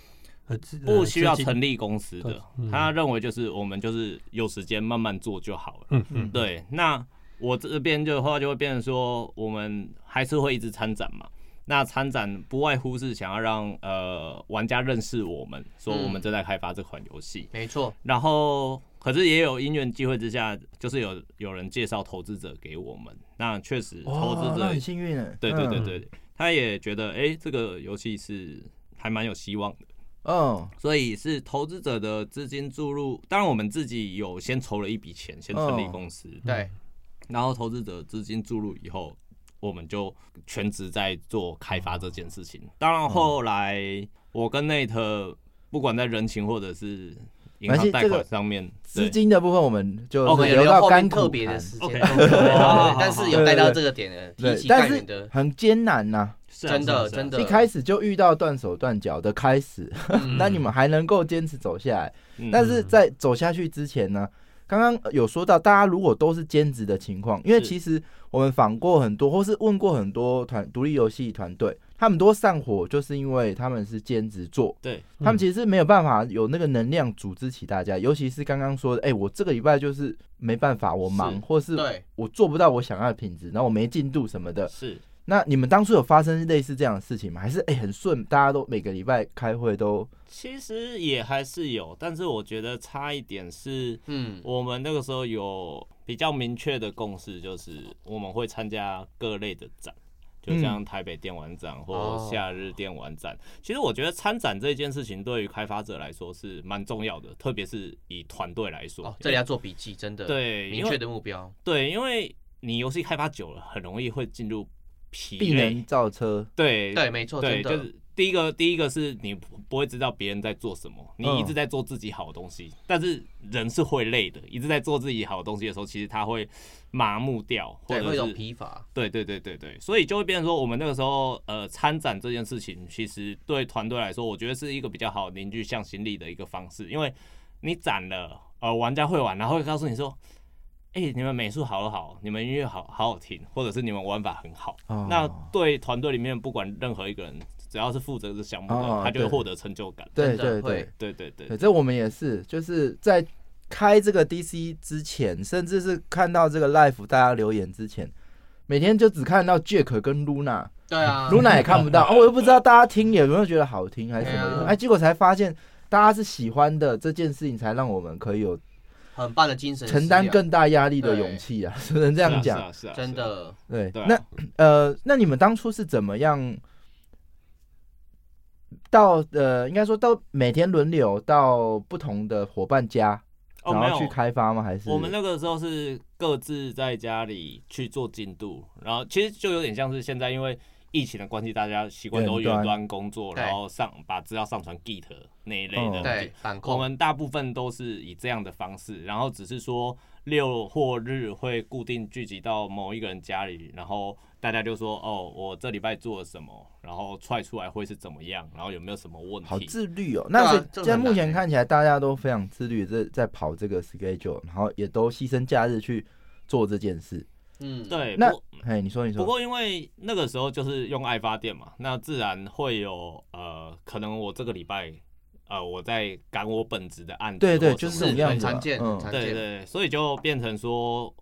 [SPEAKER 6] 呃，资
[SPEAKER 5] 不需要，
[SPEAKER 6] 呃资
[SPEAKER 5] 成立公司
[SPEAKER 6] 对
[SPEAKER 5] 的，
[SPEAKER 6] 嗯
[SPEAKER 5] 他认为就是我们就是有时间慢慢做就好了。
[SPEAKER 6] 金嗯嗯，
[SPEAKER 5] 对，那我这边就的话就会变成说，我们还是会一直参展嘛。那参展不外乎是想要让呃玩家认识我们，说我们正在开发这款游戏。
[SPEAKER 3] 没错，
[SPEAKER 5] 然后，可是也有因缘际会之下，就是有有人介绍投资者给我们。那确实，投
[SPEAKER 4] 哇
[SPEAKER 5] 资
[SPEAKER 4] 那
[SPEAKER 6] 哦
[SPEAKER 5] 者
[SPEAKER 4] 很幸运呢。
[SPEAKER 5] 对对对
[SPEAKER 4] 嗯，
[SPEAKER 5] 对，对他也觉得哎、诶这个游戏是还蛮有希望的。
[SPEAKER 4] 嗯，
[SPEAKER 5] 所以是投资者的资金注入，当然我们自己有先筹了一笔钱，先成立
[SPEAKER 4] 哦
[SPEAKER 5] 公司，
[SPEAKER 3] 对，
[SPEAKER 5] 然后投资者资金注入以后，我们就全职在做开发这件事情。当
[SPEAKER 4] 嗯
[SPEAKER 5] 然后来我跟 Nate 不管在人情或者是
[SPEAKER 4] 没
[SPEAKER 5] 银
[SPEAKER 4] 关系
[SPEAKER 5] 行贷
[SPEAKER 4] 这
[SPEAKER 5] 款
[SPEAKER 4] 个
[SPEAKER 5] 上面，
[SPEAKER 4] 资
[SPEAKER 5] 对
[SPEAKER 4] 金的部分我们就
[SPEAKER 5] 哦
[SPEAKER 4] 是
[SPEAKER 5] 可以
[SPEAKER 4] 嗯留
[SPEAKER 3] 到
[SPEAKER 4] 到
[SPEAKER 3] 后面
[SPEAKER 4] 干
[SPEAKER 3] 特
[SPEAKER 4] 苦
[SPEAKER 3] 别的
[SPEAKER 4] 谈
[SPEAKER 3] 时间
[SPEAKER 5] OK，
[SPEAKER 3] 对，但是有带到这个点的，
[SPEAKER 4] 对
[SPEAKER 3] 提起
[SPEAKER 4] 但
[SPEAKER 3] 干
[SPEAKER 4] 是
[SPEAKER 3] 员
[SPEAKER 4] <laughs>
[SPEAKER 3] 的，
[SPEAKER 4] 很艰难呐、
[SPEAKER 5] 是啊
[SPEAKER 3] 真的
[SPEAKER 5] 是啊是啊
[SPEAKER 3] 真的，
[SPEAKER 4] 一开始就遇到断手断脚的开始，
[SPEAKER 3] 嗯
[SPEAKER 4] 那你们还能够坚持走下来。
[SPEAKER 5] 嗯
[SPEAKER 4] 但是在走下去之前呢，刚刚呃有说到，大家如果都是兼职的情况，因为
[SPEAKER 5] 是
[SPEAKER 4] 其实我们访过很多，或是问过很多团独立游戏团队，他们都散伙，就是因为他们是兼职做，
[SPEAKER 5] 对，
[SPEAKER 4] 他
[SPEAKER 3] 嗯
[SPEAKER 4] 们其实是没有办法有那个能量组织起大家，尤其是刚刚说的，哎、我这个礼拜就是没办法，我忙，
[SPEAKER 5] 是
[SPEAKER 4] 或是
[SPEAKER 3] 对，
[SPEAKER 4] 我做不到我想要的品质，然后我没进度什么的。
[SPEAKER 5] 是
[SPEAKER 4] 那你们当初有发生类似这样的事情吗？还是哎、很顺，大家都每个礼拜开会都
[SPEAKER 5] 其实也还是有，但是我觉得差一点是
[SPEAKER 3] 嗯，
[SPEAKER 5] 我们那个时候有比较明确的共识，就是我们会参加各类的展，就像台北电玩展或
[SPEAKER 3] 哦
[SPEAKER 5] 夏日电玩展。其实我觉得参展这件事情对于开发者来说是蛮重要的，特别是以团队来说。
[SPEAKER 3] 哦，这里要做笔记，真的，，
[SPEAKER 5] 对，因
[SPEAKER 3] 明
[SPEAKER 5] 为
[SPEAKER 3] 确的目标，
[SPEAKER 5] 对，因为你游戏开发久了，很容易会进入疲
[SPEAKER 4] 必
[SPEAKER 5] 累
[SPEAKER 4] 能。造车？
[SPEAKER 5] 对
[SPEAKER 3] 对，没错，哦真
[SPEAKER 5] 对，
[SPEAKER 3] 的，
[SPEAKER 5] 就是第一个，第一个是你不不会知道别人在做什么，你
[SPEAKER 4] 嗯
[SPEAKER 5] 一直在做自己好的东西，但是人是会累的，一直在做自己好的东西的时候，其实他会麻木掉，或
[SPEAKER 3] 对，
[SPEAKER 5] 者
[SPEAKER 3] 会有
[SPEAKER 5] 是
[SPEAKER 3] 疲
[SPEAKER 5] <laughs>
[SPEAKER 3] 乏，
[SPEAKER 5] 对对对对对，所以就会变成说，我们那个时候呃参展这件事情，其实对团队来说，我觉得是一个比较好凝聚向心力的一个方式，因为你展了，呃，玩家会玩，然后会告诉你说。哎、你们美术好好，你们音乐好好好听，或者是你们玩法很好，
[SPEAKER 4] 哦
[SPEAKER 5] 那对团队里面不管任何一个人，只要是负责这个项目的人，
[SPEAKER 4] 哦
[SPEAKER 5] 他就
[SPEAKER 4] 对
[SPEAKER 5] 会获得成就感。
[SPEAKER 4] 对
[SPEAKER 3] 真
[SPEAKER 4] 对
[SPEAKER 3] 的会
[SPEAKER 4] 对
[SPEAKER 5] 对对对
[SPEAKER 4] 对，这我们也是，就是在开这个 DC 之前，甚至是看到这个 Life 大家留言之前，每天就只看到 Jack 跟 Luna，Luna、
[SPEAKER 3] 对啊，
[SPEAKER 4] 也看不
[SPEAKER 3] <laughs>
[SPEAKER 4] 到，哦，我又不知道大家听有没有觉得好听还是什么
[SPEAKER 3] 对
[SPEAKER 4] 的，
[SPEAKER 3] 啊
[SPEAKER 4] 哎，结果才发现大家是喜欢的这件事情，才让我们可以有
[SPEAKER 3] 很棒的精神食粮，
[SPEAKER 4] 承担更大压力的
[SPEAKER 3] 对
[SPEAKER 4] 勇气啊，只能这样讲。
[SPEAKER 5] 是啊是啊，是啊
[SPEAKER 3] 真。的，
[SPEAKER 4] 对，
[SPEAKER 5] 对啊
[SPEAKER 4] 那呃，那你们当初是怎么样到呃，应该说到每天轮流到不同的伙伴家，
[SPEAKER 5] 哦，
[SPEAKER 4] 然
[SPEAKER 5] 没
[SPEAKER 4] 后去
[SPEAKER 5] 有，
[SPEAKER 4] 开发吗？还是
[SPEAKER 5] 我们那个时候是各自在家里去做进度，然后其实就有点像是现在因为疫情的关系，大家习惯都
[SPEAKER 4] 远端
[SPEAKER 5] 远端工作，
[SPEAKER 3] 对
[SPEAKER 5] 然后上把资料上传 Git 那一类
[SPEAKER 4] 哦
[SPEAKER 5] 的。
[SPEAKER 3] 对，反
[SPEAKER 5] 我
[SPEAKER 3] 控，
[SPEAKER 5] 们大部分都是以这样的方式，然后只是说六或日会固定聚集到某一个人家里，然后大家就说哦，我这礼拜做了什么，然后踹出来会是怎么样，然后有没有什么问
[SPEAKER 4] 好
[SPEAKER 5] 题？
[SPEAKER 4] 自律哦。
[SPEAKER 3] 对
[SPEAKER 4] 那
[SPEAKER 3] 啊
[SPEAKER 4] 所以现
[SPEAKER 3] 这个
[SPEAKER 4] 在
[SPEAKER 3] 很
[SPEAKER 4] 目
[SPEAKER 3] 难
[SPEAKER 4] 前
[SPEAKER 3] 欸
[SPEAKER 4] 看起来，大家都非常自律，这在跑这个 schedule，然后也都牺牲假日去做这件事。
[SPEAKER 3] 嗯，，
[SPEAKER 5] 对，
[SPEAKER 4] 那
[SPEAKER 5] 不过
[SPEAKER 4] 嘿，你说你
[SPEAKER 5] 不
[SPEAKER 4] 说，
[SPEAKER 5] 过因为那个时候就是用爱发电嘛，那自然会有呃，可能我这个礼拜呃我在赶我本职的案子或
[SPEAKER 4] 对
[SPEAKER 5] 什么
[SPEAKER 4] 对，
[SPEAKER 5] 的，
[SPEAKER 4] 就是这种
[SPEAKER 3] 是
[SPEAKER 4] 样
[SPEAKER 3] 很
[SPEAKER 4] 子
[SPEAKER 3] 常
[SPEAKER 4] 嘛。
[SPEAKER 3] 见很常
[SPEAKER 4] 嗯，
[SPEAKER 3] 见
[SPEAKER 5] 对对，所以就变成说，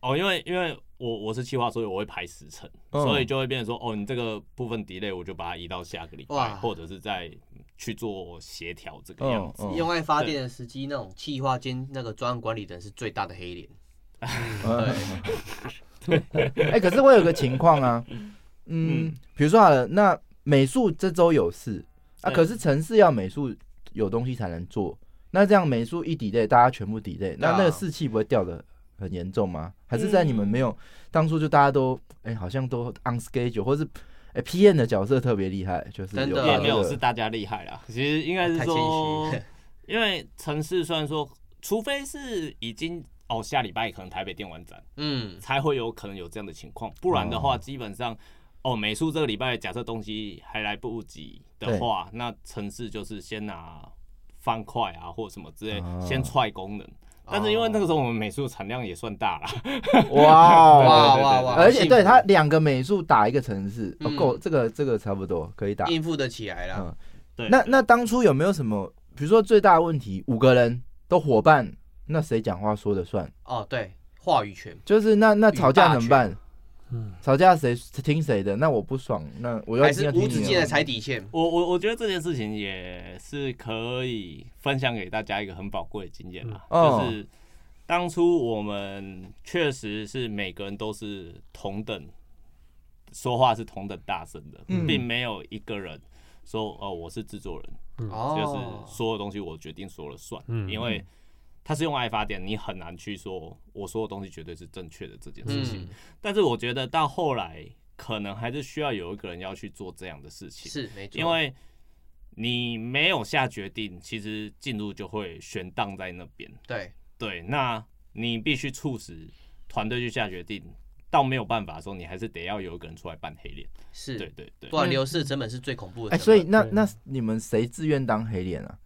[SPEAKER 5] 哦，因为因为我我是企划，所以我会排时程，
[SPEAKER 4] 嗯
[SPEAKER 5] 所以就会变成说，哦，你这个部分 delay 我就把它移到下个礼拜，
[SPEAKER 3] 哇
[SPEAKER 5] 或者是再去做协调这个样
[SPEAKER 4] 嗯
[SPEAKER 5] 子。
[SPEAKER 4] 嗯
[SPEAKER 3] 用爱发电的时机，那种企划兼那个专案管理的人是最大的黑脸。
[SPEAKER 4] 嗯
[SPEAKER 3] 对，
[SPEAKER 4] <laughs> 哎，可是我有个情况啊，嗯
[SPEAKER 5] 嗯，
[SPEAKER 4] 比如说好了，那美术这周有事啊，
[SPEAKER 5] 对
[SPEAKER 4] 可是城市要美术有东西才能做，那这样美术一 delay，大家全部 delay，那
[SPEAKER 3] 对啊嗯
[SPEAKER 4] 那个士气不会掉的很严重吗？还是在你们没有当初就大家都哎好像都 on schedule，或是哎 PM 的角色特别厉害，就是
[SPEAKER 3] 真的啊
[SPEAKER 4] 有
[SPEAKER 5] 也
[SPEAKER 4] 把
[SPEAKER 5] 没
[SPEAKER 4] 那
[SPEAKER 5] 有
[SPEAKER 4] 个
[SPEAKER 5] 是大家厉害啦，其实应该是
[SPEAKER 3] 嗯太谦 <laughs>
[SPEAKER 5] 说
[SPEAKER 3] 虚，
[SPEAKER 5] 因为城市虽然说，除非是已经哦下礼拜可能台北电玩展。
[SPEAKER 3] 嗯，
[SPEAKER 5] 才会有可能有这样的情况。不然的话，
[SPEAKER 4] 哦
[SPEAKER 5] 基本上，哦，美术这个礼拜假设东西还来不及的话，那城市就是先拿方块啊或什么之类，
[SPEAKER 4] 哦
[SPEAKER 5] 先踹功能。但是因为那个时候我们美术产量也算大
[SPEAKER 4] 哦
[SPEAKER 5] 啦，
[SPEAKER 4] 哇哦
[SPEAKER 3] 哇
[SPEAKER 5] 对对
[SPEAKER 3] 哇
[SPEAKER 5] 对
[SPEAKER 3] 哇，
[SPEAKER 4] 而且
[SPEAKER 3] 幸
[SPEAKER 4] 对
[SPEAKER 3] 福
[SPEAKER 4] 他两个美术打一个城市，哦
[SPEAKER 3] 嗯
[SPEAKER 4] 够这个这个差不多可以打。
[SPEAKER 3] 应付得起来啦。
[SPEAKER 4] 嗯
[SPEAKER 5] 对，
[SPEAKER 4] 那那当初有没有什么，比如说最大的问题，五个人都伙伴，那谁讲话说的算？
[SPEAKER 3] 哦，对，话语权，
[SPEAKER 4] 就是那那吵架怎么办？
[SPEAKER 6] 嗯，
[SPEAKER 4] 吵架谁听谁的？那我不爽，那我要
[SPEAKER 3] 还
[SPEAKER 4] 一定
[SPEAKER 3] 是
[SPEAKER 4] 要
[SPEAKER 3] 无
[SPEAKER 4] 听
[SPEAKER 3] 止
[SPEAKER 4] 你
[SPEAKER 3] 境的
[SPEAKER 4] 的。
[SPEAKER 3] 踩底线。
[SPEAKER 5] 我我我觉得这件事情也是可以分享给大家一个很宝贵的经验啦，
[SPEAKER 4] 嗯哦
[SPEAKER 5] 就是当初我们确实是每个人都是同等说话是同等大声的，
[SPEAKER 4] 嗯
[SPEAKER 5] 并没有一个人说哦、呃我是制作人，
[SPEAKER 3] 哦，
[SPEAKER 5] 就是所有东西我决定说了算，
[SPEAKER 6] 嗯
[SPEAKER 5] 因为它是用爱发电，你很难去说我所有东西绝对是正确的这件事情。
[SPEAKER 3] 嗯，
[SPEAKER 5] 但是我觉得到后来，可能还是需要有一个人要去做这样的事情，
[SPEAKER 3] 是没错，
[SPEAKER 5] 因为你没有下决定，其实进度就会悬荡在那边。
[SPEAKER 3] 对
[SPEAKER 5] 对，那你必须促使团队去下决定。到没有办法的时候，你还是得要有一个人出来扮黑脸。
[SPEAKER 3] 是，
[SPEAKER 5] 对对对
[SPEAKER 3] 不，然流失的成本是最恐怖的
[SPEAKER 4] 哎，
[SPEAKER 3] 成
[SPEAKER 4] 所
[SPEAKER 3] 本。
[SPEAKER 4] 以那
[SPEAKER 6] 对
[SPEAKER 4] 那你们谁自愿当黑脸啊？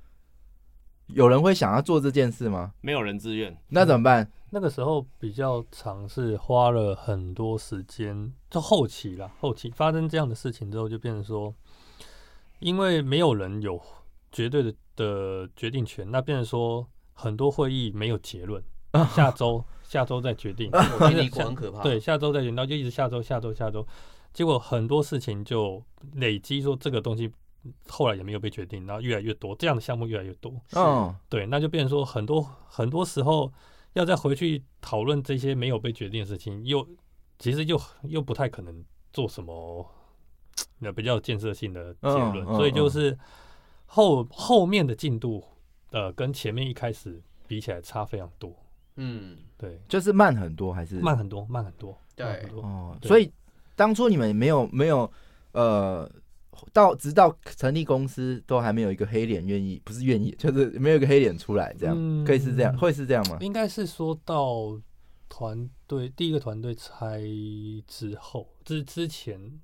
[SPEAKER 4] 有人会想要做这件事吗？
[SPEAKER 5] 没有人自愿。
[SPEAKER 4] 那怎么办？
[SPEAKER 6] 那个时候比较尝试花了很多时间，就后期啦，后期发生这样的事情之后，就变成说，因为没有人有绝对的的决定权，那变成说很多会议没有结 <laughs> 论，下周下周再决定。
[SPEAKER 3] 我经
[SPEAKER 4] <laughs>
[SPEAKER 3] 历过很
[SPEAKER 6] <laughs>
[SPEAKER 3] 可怕。
[SPEAKER 6] 对，，下周再选，到就一直下周、下周、下周，结果很多事情就累积，说这个东西后来也没有被决定，然后越来越多，这样的项目越来越多。
[SPEAKER 4] 嗯，
[SPEAKER 6] 对，那就变成说很多很多时候要再回去讨论这些没有被决定的事情，又其实又又不太可能做什么那比较有建设性的结论，
[SPEAKER 4] 嗯嗯
[SPEAKER 6] 所以就
[SPEAKER 4] 嗯
[SPEAKER 6] 是后后面的进度呃跟前面一开始比起来差非常多，
[SPEAKER 3] 嗯，
[SPEAKER 6] 对，
[SPEAKER 4] 就是慢很多还是
[SPEAKER 6] 慢很多，慢很多，慢
[SPEAKER 3] 对
[SPEAKER 6] 很多。
[SPEAKER 4] 哦，
[SPEAKER 6] 对
[SPEAKER 4] 所以当初你们没有没有呃，到直到成立公司都还没有一个黑脸愿意，不是愿意， <laughs> 就是没有一个黑脸出来，这样、
[SPEAKER 6] 嗯
[SPEAKER 4] 可以是这样，会是这样吗？
[SPEAKER 6] 应该是说到团队第一个团队拆之后，之之前，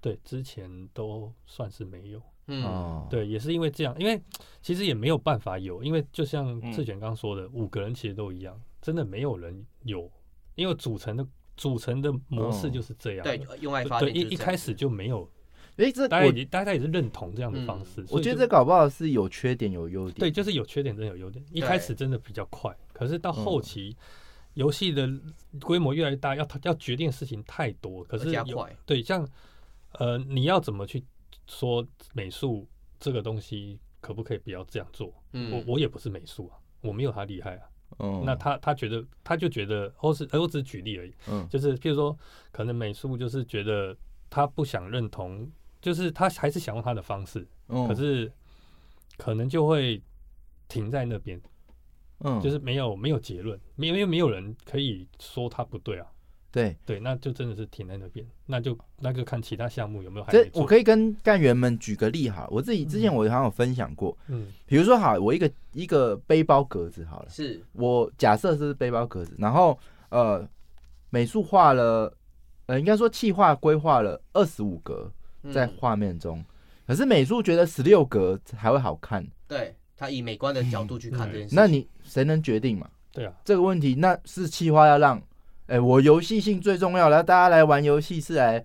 [SPEAKER 6] 对之前都算是没有。
[SPEAKER 3] 嗯，
[SPEAKER 4] 哦，，
[SPEAKER 6] 对，也是因为这样，因为其实也没有办法有，因为就像
[SPEAKER 5] 嗯
[SPEAKER 6] 志全刚说的，五个人其实都一样，真的没有人有，因为组成的组成的模式
[SPEAKER 4] 哦
[SPEAKER 6] 就是这样的、
[SPEAKER 3] 对，用爱发
[SPEAKER 6] 对
[SPEAKER 3] 电就是
[SPEAKER 6] 一
[SPEAKER 3] 这样
[SPEAKER 6] 一开始就没有，
[SPEAKER 4] 哎，这
[SPEAKER 6] 大家
[SPEAKER 4] 我
[SPEAKER 6] 也大家也是认同这样的方
[SPEAKER 3] 嗯
[SPEAKER 6] 式。所
[SPEAKER 4] 我
[SPEAKER 6] 以
[SPEAKER 4] 觉得
[SPEAKER 6] 就
[SPEAKER 4] 这搞不好是有缺点有优点，
[SPEAKER 6] 对，就是有缺点，真的有优点。一开
[SPEAKER 3] 对
[SPEAKER 6] 始真的比较快，可是到
[SPEAKER 4] 嗯
[SPEAKER 6] 后期。游戏的规模越来越大，要要决定的事情太多，可是
[SPEAKER 3] 加
[SPEAKER 6] 有
[SPEAKER 3] 快，
[SPEAKER 6] 对，像呃，你要怎么去说美术这个东西可不可以不要这样做？
[SPEAKER 3] 嗯，
[SPEAKER 6] 我我也不是美术啊，我没有他厉害啊。
[SPEAKER 4] 嗯，
[SPEAKER 6] 那他他觉得他就觉得，或是呃我只是举例而已，
[SPEAKER 4] 嗯
[SPEAKER 6] 就是譬如说，可能美术就是觉得他不想认同，就是他还是想用他的方式，
[SPEAKER 4] 嗯
[SPEAKER 6] 可是可能就会停在那边，
[SPEAKER 4] 嗯
[SPEAKER 6] 就是没有没有结论，没有因为没有人可以说他不对啊。
[SPEAKER 4] 对，
[SPEAKER 6] 对，那就真的是停在那边，那就那就看其他项目有没有还
[SPEAKER 4] 这
[SPEAKER 6] 没做。
[SPEAKER 4] 我可以跟干员们举个例哈，我自己之前
[SPEAKER 6] 嗯
[SPEAKER 4] 我好像有分享过，
[SPEAKER 6] 嗯
[SPEAKER 4] 比如说好，我一个一个背包格子好了。
[SPEAKER 3] 是
[SPEAKER 4] 我假设是背包壳子，然后呃，美术画了，呃，应该说气化规划了二十五格
[SPEAKER 3] 嗯
[SPEAKER 4] 在画面中，可是美术觉得十六格才会好看，
[SPEAKER 3] 对他以美观的角度去看这件事情，
[SPEAKER 4] 那你谁能决定嘛？，
[SPEAKER 6] 对啊，
[SPEAKER 4] 这个问题那是气化要让，哎、我游戏性最重要，然后大家来玩游戏是来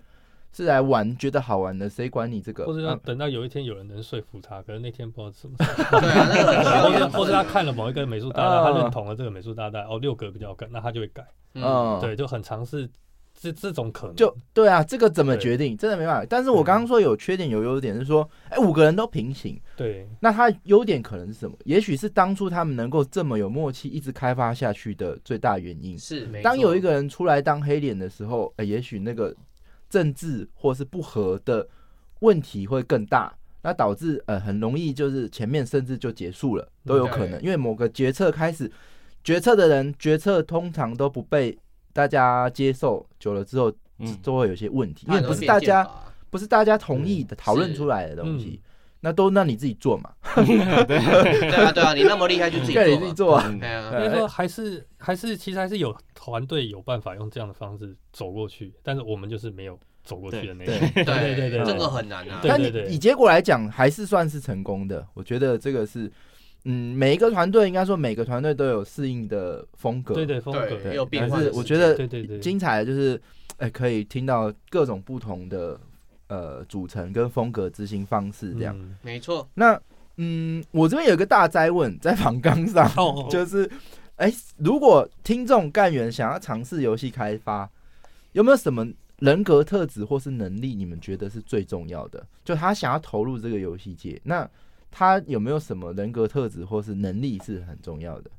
[SPEAKER 4] 是来玩觉得好玩的，谁管你这个？
[SPEAKER 6] 或者要
[SPEAKER 4] 啊
[SPEAKER 6] 等到有一天有人能说服他，可是那天不知道怎么，
[SPEAKER 4] <laughs>
[SPEAKER 3] 对啊，那个很
[SPEAKER 6] 或
[SPEAKER 3] 需要
[SPEAKER 6] 者
[SPEAKER 3] 缘
[SPEAKER 6] 或
[SPEAKER 3] 分
[SPEAKER 6] 者他看了某一个美术大
[SPEAKER 4] 啊
[SPEAKER 6] 大，他认同了这个美术大大，哦，六格比较好看，那他就会改，
[SPEAKER 3] 嗯，
[SPEAKER 4] 嗯
[SPEAKER 6] 对，就很尝试这这种可能，
[SPEAKER 4] 就对啊，这个怎么
[SPEAKER 6] 对
[SPEAKER 4] 决定？真的没办法。但是我刚刚说有缺点有优点，是说，哎、五个人都平行，
[SPEAKER 6] 对
[SPEAKER 4] 那它优点可能是什么？也许是当初他们能够这么有默契，一直开发下去的最大原因。
[SPEAKER 3] 是没
[SPEAKER 4] 当
[SPEAKER 3] 错
[SPEAKER 4] 有一个人出来当黑脸的时候，呃、也许那个政治或是不和的问题会更大，那导致呃很容易就是前面甚至就结束了都有可能，因为某个决策开始，决策的人决策通常都不被大家接受，久了之后
[SPEAKER 5] 嗯，
[SPEAKER 4] 都会有些问题，
[SPEAKER 3] 他
[SPEAKER 4] 因为
[SPEAKER 3] 很
[SPEAKER 4] 不
[SPEAKER 3] 多
[SPEAKER 4] 是
[SPEAKER 3] 变
[SPEAKER 4] 大
[SPEAKER 3] 见
[SPEAKER 4] 家
[SPEAKER 3] 法
[SPEAKER 4] 不是大家同意的讨论
[SPEAKER 3] 是
[SPEAKER 4] 出来的东西，那都那你自己做嘛。
[SPEAKER 3] 对啊对啊，你那么厉害就
[SPEAKER 4] <laughs>
[SPEAKER 3] 自己
[SPEAKER 4] 盖你
[SPEAKER 3] 做
[SPEAKER 4] 自己
[SPEAKER 3] 嘛，
[SPEAKER 4] 做啊。
[SPEAKER 5] 嗯
[SPEAKER 3] 对啊，
[SPEAKER 6] 所以说还是还是其实还是有团队有办法用这样的方式走过去，但是我们就是没有走过去的那一
[SPEAKER 4] 对
[SPEAKER 6] 种，
[SPEAKER 3] 对
[SPEAKER 6] <laughs> 对对对
[SPEAKER 3] 这个很难啊，
[SPEAKER 6] 对
[SPEAKER 4] 但
[SPEAKER 6] 对
[SPEAKER 4] 你以结果来讲，还是算是成功的。我觉得这个是，嗯，每一个团队应该说每个团队都有适应的风格。
[SPEAKER 6] 对对风格，
[SPEAKER 3] 对
[SPEAKER 4] 对
[SPEAKER 3] 也有变
[SPEAKER 4] 但
[SPEAKER 3] 化的
[SPEAKER 4] 是
[SPEAKER 3] 时
[SPEAKER 4] 我觉
[SPEAKER 3] 间
[SPEAKER 4] 得
[SPEAKER 6] 对对对
[SPEAKER 4] 精彩的就是，哎、可以听到各种不同的呃组成跟风格执行方式这样。
[SPEAKER 6] 嗯
[SPEAKER 3] 没错，
[SPEAKER 4] 那嗯，我这边有一个大灾问在访纲上，
[SPEAKER 6] 哦，就
[SPEAKER 4] 就是，哎、如果听众干员想要尝试游戏开发，有没有什么人格特质或是能力，你们觉得是最重要的？就他想要投入这个游戏界，那他有没有什么人格特质或是能力是很重要的？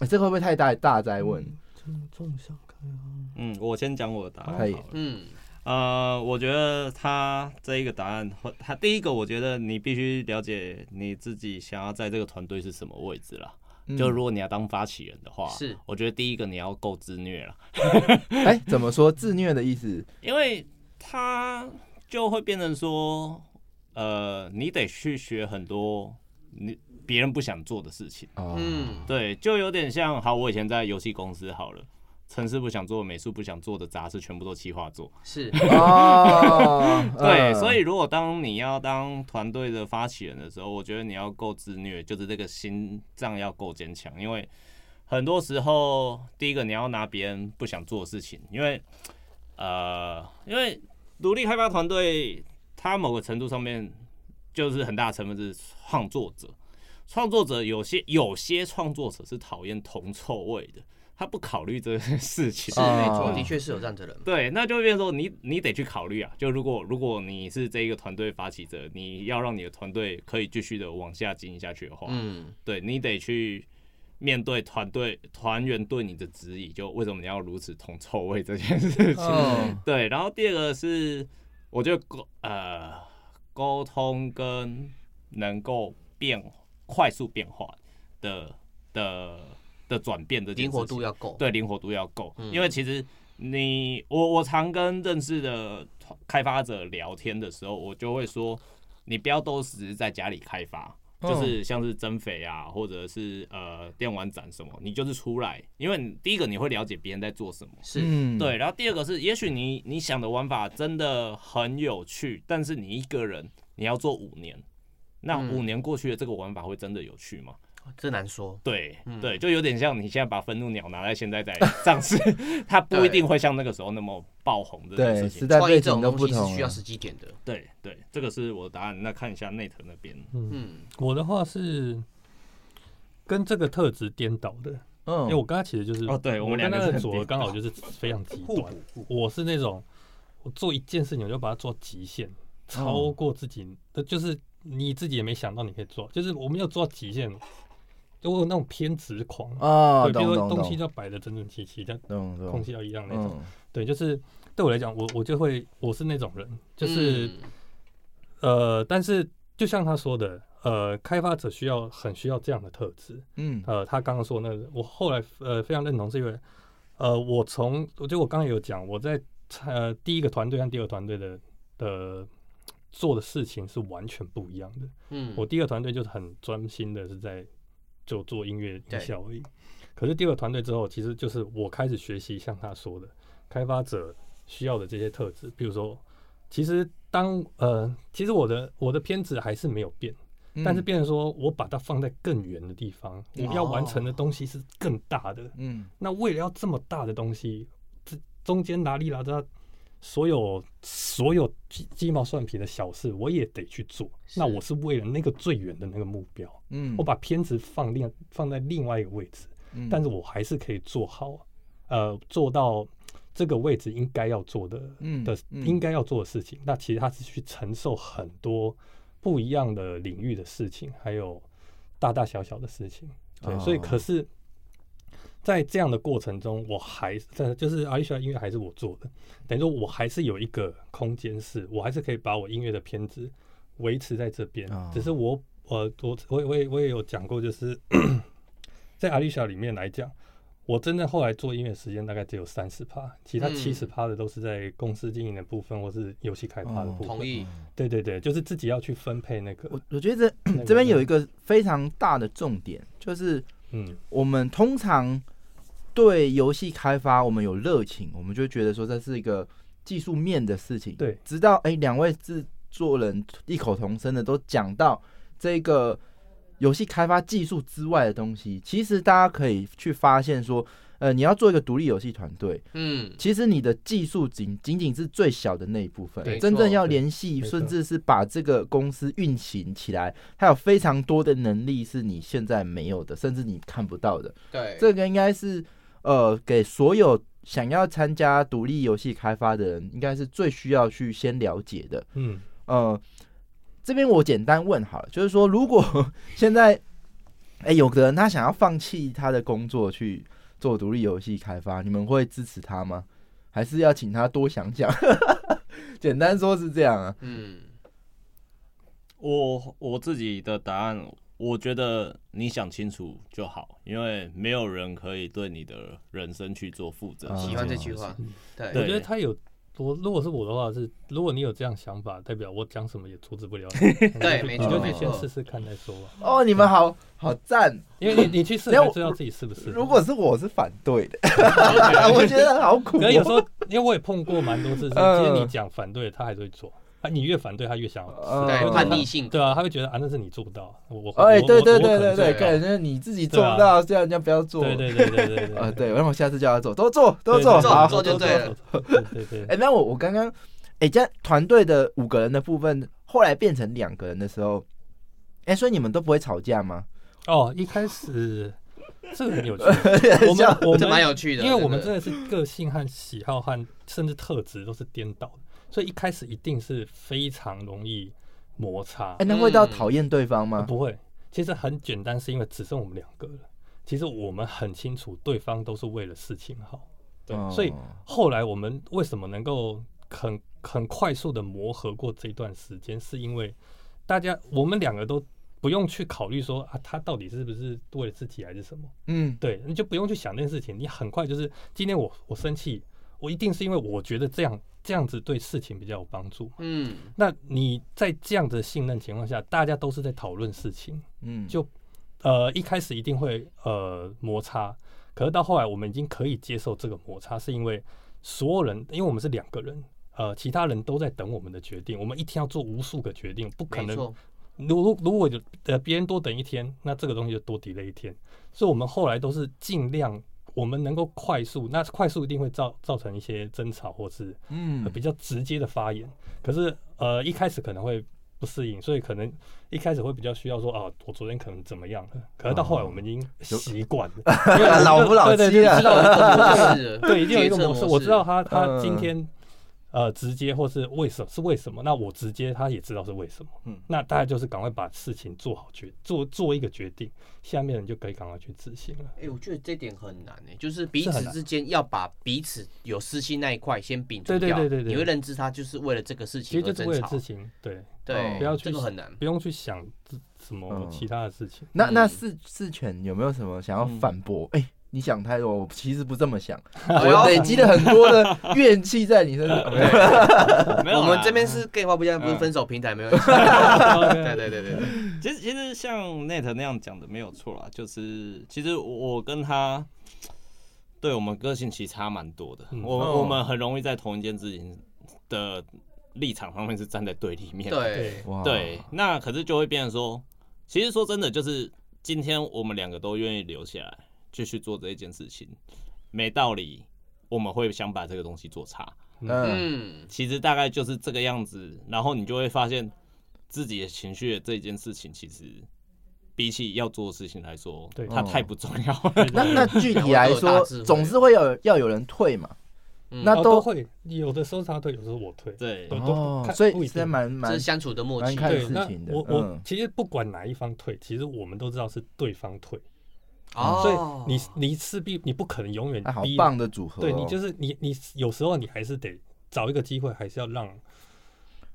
[SPEAKER 4] 哎这个会不会太大大在问？
[SPEAKER 6] 嗯纵向开啊，
[SPEAKER 5] 嗯，我先讲我的答案
[SPEAKER 4] 可以
[SPEAKER 5] 好了。
[SPEAKER 3] 嗯，
[SPEAKER 5] 呃，我觉得他这一个答案，他第一个，我觉得你必须了解你自己想要在这个团队是什么位置啦。
[SPEAKER 4] 嗯
[SPEAKER 5] 就如果你要当发起人的话，
[SPEAKER 3] 是
[SPEAKER 5] 我觉得第一个你要够自虐啦，
[SPEAKER 4] 哎、怎么说自虐的意思？
[SPEAKER 5] 因为他就会变成说，呃，你得去学很多你别人不想做的事情。
[SPEAKER 4] 哦，
[SPEAKER 3] 嗯，
[SPEAKER 5] 对，就有点像，好，我以前在游戏公司好了，城市不想做、美术不想做的杂事，全部都企划做。
[SPEAKER 4] <laughs>
[SPEAKER 3] 是，
[SPEAKER 6] <laughs>
[SPEAKER 4] 哦，
[SPEAKER 5] 对，
[SPEAKER 4] 嗯
[SPEAKER 5] 所以如果当你要当团队的发起人的时候，我觉得你要够自虐，就是这个心脏要够坚强，因为很多时候，第一个你要拿别人不想做的事情，因为呃，因为独立开发团队，它某个程度上面就是很大成分是创作者，创作者有些有些创作者是讨厌铜臭味的，他不考虑这件事情，
[SPEAKER 3] 是没错，
[SPEAKER 4] 嗯
[SPEAKER 3] 的确是有这样子的人。
[SPEAKER 5] 对，那就会变成说你你得去考虑啊。就如果如果你是这一个团队发起者，你要让你的团队可以继续的往下经营下去的话，
[SPEAKER 3] 嗯，
[SPEAKER 5] 对你得去面对团队团员对你的质疑，就为什么你要如此铜臭味这件事情。
[SPEAKER 4] 嗯
[SPEAKER 5] 对，然后第二个是我觉得沟呃沟通跟能够变快速变化的的的转变的
[SPEAKER 3] 灵活度要够。，
[SPEAKER 5] 对灵活度要够，
[SPEAKER 3] 嗯
[SPEAKER 5] 因为其实你我我常跟认识的团开发者聊天的时候，我就会说，你不要都只是在家里开发，
[SPEAKER 3] 嗯
[SPEAKER 5] 就是像是增肥啊，或者是呃电玩展什么，你就是出来，因为你第一个你会了解别人在做什么。
[SPEAKER 3] 是，
[SPEAKER 4] 嗯，
[SPEAKER 5] 对，然后第二个是，也许你你想的玩法真的很有趣，但是你一个人你要做五年，那
[SPEAKER 3] 嗯
[SPEAKER 5] 五年过去的这个玩法会真的有趣吗？
[SPEAKER 3] 这难说。
[SPEAKER 5] 对、
[SPEAKER 3] 嗯
[SPEAKER 5] 对，就有点像你现在把愤怒鸟拿在现在 <laughs> 在上市，它不一定会像那个时候那么爆红的
[SPEAKER 4] 对，
[SPEAKER 5] 事
[SPEAKER 4] 时
[SPEAKER 5] 情。
[SPEAKER 4] 代
[SPEAKER 3] 创
[SPEAKER 4] 背
[SPEAKER 3] 意这
[SPEAKER 4] 景
[SPEAKER 3] 种
[SPEAKER 4] 都
[SPEAKER 3] 东
[SPEAKER 4] 不
[SPEAKER 3] 西是
[SPEAKER 4] 同
[SPEAKER 3] 需
[SPEAKER 4] 了
[SPEAKER 3] 要时机点的。
[SPEAKER 5] 对对，这个是我的答案。那看一下内藤那边，
[SPEAKER 3] 嗯，
[SPEAKER 6] 我的话是跟这个特质颠倒的，因为我
[SPEAKER 4] 嗯，
[SPEAKER 6] 跟他其实就是
[SPEAKER 5] 哦对我
[SPEAKER 6] 我
[SPEAKER 5] 们两个
[SPEAKER 6] 跟他
[SPEAKER 5] 是
[SPEAKER 6] 的
[SPEAKER 5] 很
[SPEAKER 6] 左
[SPEAKER 5] 颠
[SPEAKER 6] 刚好就是非常极
[SPEAKER 3] 互补
[SPEAKER 6] 端。
[SPEAKER 3] 互补。
[SPEAKER 6] 我是那种我做一件事情我就把它做极限，超过自己，的，就是你自己也没想到你可以做，就是我没有做到极限，就我有那种偏执狂，
[SPEAKER 4] 哦，
[SPEAKER 6] 对，比
[SPEAKER 4] 懂
[SPEAKER 6] 如
[SPEAKER 4] 懂
[SPEAKER 6] 说东西
[SPEAKER 4] 懂
[SPEAKER 6] 要摆的整整齐齐，但
[SPEAKER 4] 懂
[SPEAKER 6] 空
[SPEAKER 4] 懂，
[SPEAKER 6] 气要一样那种。
[SPEAKER 4] 嗯
[SPEAKER 6] 对，就是对我来讲，我我就会我是那种人，就是
[SPEAKER 3] 嗯
[SPEAKER 6] 呃，但是就像他说的，呃，开发者需要很需要这样的特质，
[SPEAKER 4] 嗯
[SPEAKER 6] 呃，他刚刚说那个，我后来呃非常认同，是因为呃，我从我觉得我刚刚有讲，我在呃第一个团队和第二团队的的做的事情是完全不一样的。
[SPEAKER 3] 嗯，
[SPEAKER 6] 我第二团队就是很专心的是在就做音乐音效而已，可是第二团队之后，其实就是我开始学习像他说的，开发者需要的这些特质，比如说，其实当呃，其实我的我的片子还是没有变。
[SPEAKER 4] 嗯，
[SPEAKER 6] 但是变成说我把它放在更远的地方，我要完成的东西是更大的。
[SPEAKER 4] 嗯
[SPEAKER 6] 那为了要这么大的东西，这中间哪里拉扎，所有所有鸡鸡毛蒜皮的小事我也得去做。
[SPEAKER 3] 是
[SPEAKER 6] 那我是为了那个最远的那个目标，
[SPEAKER 4] 嗯，
[SPEAKER 6] 我把片子放另放在另外一个位置，
[SPEAKER 4] 嗯，
[SPEAKER 6] 但是我还是可以做好，呃，做到这个位置应该要做的
[SPEAKER 4] 嗯
[SPEAKER 6] 的
[SPEAKER 4] 嗯
[SPEAKER 6] 应该要做的事情。那其实他是去承受很多不一样的领域的事情，还有大大小小的事情。对，所以
[SPEAKER 4] 哦
[SPEAKER 6] 可是，在这样的过程中，我还是就是阿丽莎音乐还是我做的，等于说我还是有一个空间是，我还是可以把我音乐的片子维持在这边，
[SPEAKER 4] 哦
[SPEAKER 6] 只是我我我我也我也我也有讲过，就是 <coughs> 在阿丽莎里面来讲。我真正后来做音乐时间大概只有三十趴，其他
[SPEAKER 3] 嗯
[SPEAKER 6] 七十趴的都是在公司经营的部分或是游戏开发的
[SPEAKER 4] 哦
[SPEAKER 6] 部分。
[SPEAKER 3] 同意。
[SPEAKER 6] 对对对，就是自己要去分配那个
[SPEAKER 4] 我。我觉得
[SPEAKER 6] 那个
[SPEAKER 4] 这这边有一个非常大的重点，就是
[SPEAKER 6] 嗯
[SPEAKER 4] 我们通常对游戏开发我们有热情，我们就觉得说这是一个技术面的事情。
[SPEAKER 6] 对，
[SPEAKER 4] 直到哎两、位制作人异口同声的都讲到这个游戏开发技术之外的东西，其实大家可以去发现说，呃，你要做一个独立游戏团队，
[SPEAKER 3] 嗯，
[SPEAKER 4] 其实你的技术仅仅仅是最小的那一部分
[SPEAKER 3] 对，
[SPEAKER 4] 真正要
[SPEAKER 6] 没错
[SPEAKER 4] 联系，
[SPEAKER 6] 没错
[SPEAKER 4] 甚至是把这个公司运行起来，还有非常多的能力是你现在没有的，甚至你看不到的。
[SPEAKER 3] 对，
[SPEAKER 4] 这个应该是呃，给所有想要参加独立游戏开发的人，应该是最需要去先了解的。
[SPEAKER 6] 嗯，
[SPEAKER 4] 呃，这边我简单问好了，就是说，如果 <laughs> 现在，哎、有的人他想要放弃他的工作去做独立游戏开发，你们会支持他吗？还是要请他多想想？ <laughs> 简单说是这样啊，
[SPEAKER 3] 嗯，
[SPEAKER 5] 我我自己的答案，我觉得你想清楚就好，因为没有人可以对你的人生去做负责。
[SPEAKER 4] 啊
[SPEAKER 3] 喜欢这句话。对，
[SPEAKER 6] 我
[SPEAKER 5] 对
[SPEAKER 6] 觉得他有我如果是我的话是，如果你有这样想法，代表我讲什么也阻止不了你。
[SPEAKER 3] 对
[SPEAKER 6] 你
[SPEAKER 3] 没
[SPEAKER 6] 就
[SPEAKER 3] 错
[SPEAKER 6] 你就
[SPEAKER 3] 没
[SPEAKER 6] 去先
[SPEAKER 3] 错
[SPEAKER 6] 试试看再说吧。
[SPEAKER 4] 哦，你们好好赞！
[SPEAKER 6] 因为你你去试
[SPEAKER 4] 等一下
[SPEAKER 6] 才
[SPEAKER 4] 我
[SPEAKER 6] 知道自己是不是。
[SPEAKER 4] 如果是我是反对
[SPEAKER 6] <laughs>
[SPEAKER 4] 的，我觉得好苦、
[SPEAKER 6] 可能有时
[SPEAKER 4] 哦。
[SPEAKER 6] 候，因为我也碰过蛮多次，是
[SPEAKER 4] 嗯
[SPEAKER 6] 其实你讲反对，他还是会做。啊，你越反对，他越想要。
[SPEAKER 4] 嗯
[SPEAKER 3] 对叛逆性，
[SPEAKER 6] 对啊，他会觉得啊，那是你做不到，我我
[SPEAKER 4] 哎，对对对
[SPEAKER 6] 对
[SPEAKER 4] 对对，
[SPEAKER 3] 对
[SPEAKER 4] 感觉你自己做
[SPEAKER 6] 对啊
[SPEAKER 4] 不到，叫人家不要做。
[SPEAKER 6] 对对对对对对，
[SPEAKER 4] 呃，对，让我下次叫他做，都做，都做，
[SPEAKER 6] 对
[SPEAKER 3] 做
[SPEAKER 4] 好。
[SPEAKER 3] 做就对了。
[SPEAKER 6] 对对对
[SPEAKER 4] 哎，那我我刚刚，哎，这样团队的五个人的部分，后来变成两个人的时候，哎，所以你们都不会吵架吗？
[SPEAKER 6] 哦，一开始这个很有趣， <laughs>
[SPEAKER 4] <laughs>
[SPEAKER 6] 我
[SPEAKER 4] 笑
[SPEAKER 6] 们我
[SPEAKER 3] 这蛮
[SPEAKER 6] 们
[SPEAKER 3] 有趣的，
[SPEAKER 6] 因为我们
[SPEAKER 3] 真的
[SPEAKER 6] 真的是个性和喜好和甚至特质都是颠倒的，所以一开始一定是非常容易摩擦
[SPEAKER 4] 哎，。那会到
[SPEAKER 3] 嗯
[SPEAKER 4] 讨厌对方吗？
[SPEAKER 6] 不会，其实很简单，是因为只剩我们两个了。其实我们很清楚，对方都是为了事情好，对，
[SPEAKER 4] 哦
[SPEAKER 6] 所以后来我们为什么能够很很快速的磨合过这段时间，是因为大家我们两个都不用去考虑说啊，他到底是不是为了自己还是什么，
[SPEAKER 4] 嗯，
[SPEAKER 6] 对，你就不用去想这件事情，你很快就是今天我我生气，我一定是因为我觉得这样这样子对事情比较有帮助。
[SPEAKER 3] 嗯，
[SPEAKER 6] 那你在这样的信任情况下，大家都是在讨论事情，
[SPEAKER 4] 嗯，
[SPEAKER 6] 就呃一开始一定会呃摩擦，可是到后来我们已经可以接受这个摩擦，是因为所有人，因为我们是两个人，呃，其他人都在等我们的决定，我们一天要做无数个决定，不可
[SPEAKER 3] 没
[SPEAKER 6] 能
[SPEAKER 3] 错，
[SPEAKER 6] 如如如果有呃别人多等一天，那这个东西就多 delay 一天。所以我们后来都是尽量我们能够快速，那快速一定会造造成一些争吵或是、呃
[SPEAKER 4] 嗯
[SPEAKER 6] 比较直接的发言。可是呃一开始可能会不适应，所以可能一开始会比较需要说啊，我昨天可能怎么样了。可是到后来我们已经习惯了，因为
[SPEAKER 4] <laughs> 老夫老
[SPEAKER 6] 对对
[SPEAKER 4] 妻
[SPEAKER 6] 对
[SPEAKER 4] 啊
[SPEAKER 3] 知道一个模式了，
[SPEAKER 6] <laughs> 对，已经有一个
[SPEAKER 3] 决策
[SPEAKER 6] 模
[SPEAKER 3] 模
[SPEAKER 6] 式，我知道他他
[SPEAKER 4] 嗯
[SPEAKER 6] 今天呃直接或是为什么是为什么，那我直接他也知道是为什么，
[SPEAKER 4] 嗯
[SPEAKER 6] 那大家就是赶快把事情做好决做做一个决定，下面人就可以赶快去执行了。
[SPEAKER 3] 哎、我觉得这点很难呢、欸就是彼
[SPEAKER 6] 是很
[SPEAKER 3] 此
[SPEAKER 6] 难
[SPEAKER 3] 之间要把彼此有私心那一块先摒除掉。
[SPEAKER 6] 对对对对对
[SPEAKER 3] 你会认知他就是为了这个事情
[SPEAKER 6] 其
[SPEAKER 3] 而
[SPEAKER 6] 实就是
[SPEAKER 3] 争
[SPEAKER 6] 为了
[SPEAKER 3] 吵。
[SPEAKER 6] 事情，对，
[SPEAKER 3] 对，
[SPEAKER 4] 哦不
[SPEAKER 6] 要去
[SPEAKER 3] 这个很难。
[SPEAKER 6] 不用去想自什么
[SPEAKER 4] 嗯
[SPEAKER 6] 其他的
[SPEAKER 3] <laughs>
[SPEAKER 6] 事情。
[SPEAKER 4] 那那
[SPEAKER 3] 嗯
[SPEAKER 4] 四四犬有没有什么想要
[SPEAKER 6] 嗯
[SPEAKER 4] 反驳？哎、你想太多，我其实不这么
[SPEAKER 6] <laughs>
[SPEAKER 4] 想，
[SPEAKER 3] 哎呦
[SPEAKER 5] <laughs>
[SPEAKER 4] 我累积了很多的怨气在你身上。没有
[SPEAKER 5] 没有
[SPEAKER 3] 我
[SPEAKER 5] 啦
[SPEAKER 3] 们这边是 gay 话不加，不是
[SPEAKER 5] 嗯
[SPEAKER 3] 分手平
[SPEAKER 6] <laughs>
[SPEAKER 3] 台，没有问题。
[SPEAKER 6] 啊
[SPEAKER 3] 对对对对对，
[SPEAKER 5] 其实其实像 Net 那样讲的没有错啦，就是其实我跟他，对我们个性其实差蛮多的，
[SPEAKER 6] 嗯
[SPEAKER 5] 我
[SPEAKER 4] 哦
[SPEAKER 5] 我们很容易在同一件事情的立场上面是站在对立面。
[SPEAKER 3] 对
[SPEAKER 6] 对，
[SPEAKER 4] 哇
[SPEAKER 5] 对，那可是就会变成说，其实说真的，就是今天我们两个都愿意留下来继续做这一件事情，没道理我们会想把这个东西做差。
[SPEAKER 4] 嗯，
[SPEAKER 3] 嗯，
[SPEAKER 5] 其实大概就是这个样子，然后你就会发现自己的情绪的这件事情，其实比起要做的事情来说，
[SPEAKER 6] 对
[SPEAKER 5] 它
[SPEAKER 4] 哦
[SPEAKER 5] 太不重要了。
[SPEAKER 4] 那那具体来
[SPEAKER 3] 嗯我有
[SPEAKER 4] 说
[SPEAKER 3] 大智慧，
[SPEAKER 4] 总是会有要有人退嘛。
[SPEAKER 3] 嗯
[SPEAKER 4] 那
[SPEAKER 6] 哦
[SPEAKER 4] 都
[SPEAKER 6] 都会，有的时候他退，有的时候我退。
[SPEAKER 5] 对
[SPEAKER 6] 对，
[SPEAKER 4] 哦
[SPEAKER 6] 都，看
[SPEAKER 4] 所
[SPEAKER 6] 不
[SPEAKER 4] 以
[SPEAKER 6] 一
[SPEAKER 4] 是
[SPEAKER 6] 定
[SPEAKER 4] 蛮
[SPEAKER 3] 这
[SPEAKER 4] 蛮
[SPEAKER 3] 是相处的默
[SPEAKER 4] 蛮
[SPEAKER 3] 契。
[SPEAKER 4] 看
[SPEAKER 6] 对，
[SPEAKER 4] 事
[SPEAKER 6] 那
[SPEAKER 4] 情的
[SPEAKER 6] 我我
[SPEAKER 4] 嗯
[SPEAKER 6] 其实不管哪一方退，其实我们都知道是对方退，嗯所
[SPEAKER 3] 哦，
[SPEAKER 6] 以你你势必你不可能永远
[SPEAKER 4] 哎好
[SPEAKER 6] 逼
[SPEAKER 4] 棒的组合、哦。
[SPEAKER 6] 对你就是你你有时候你还是得找一个机会，还是要让，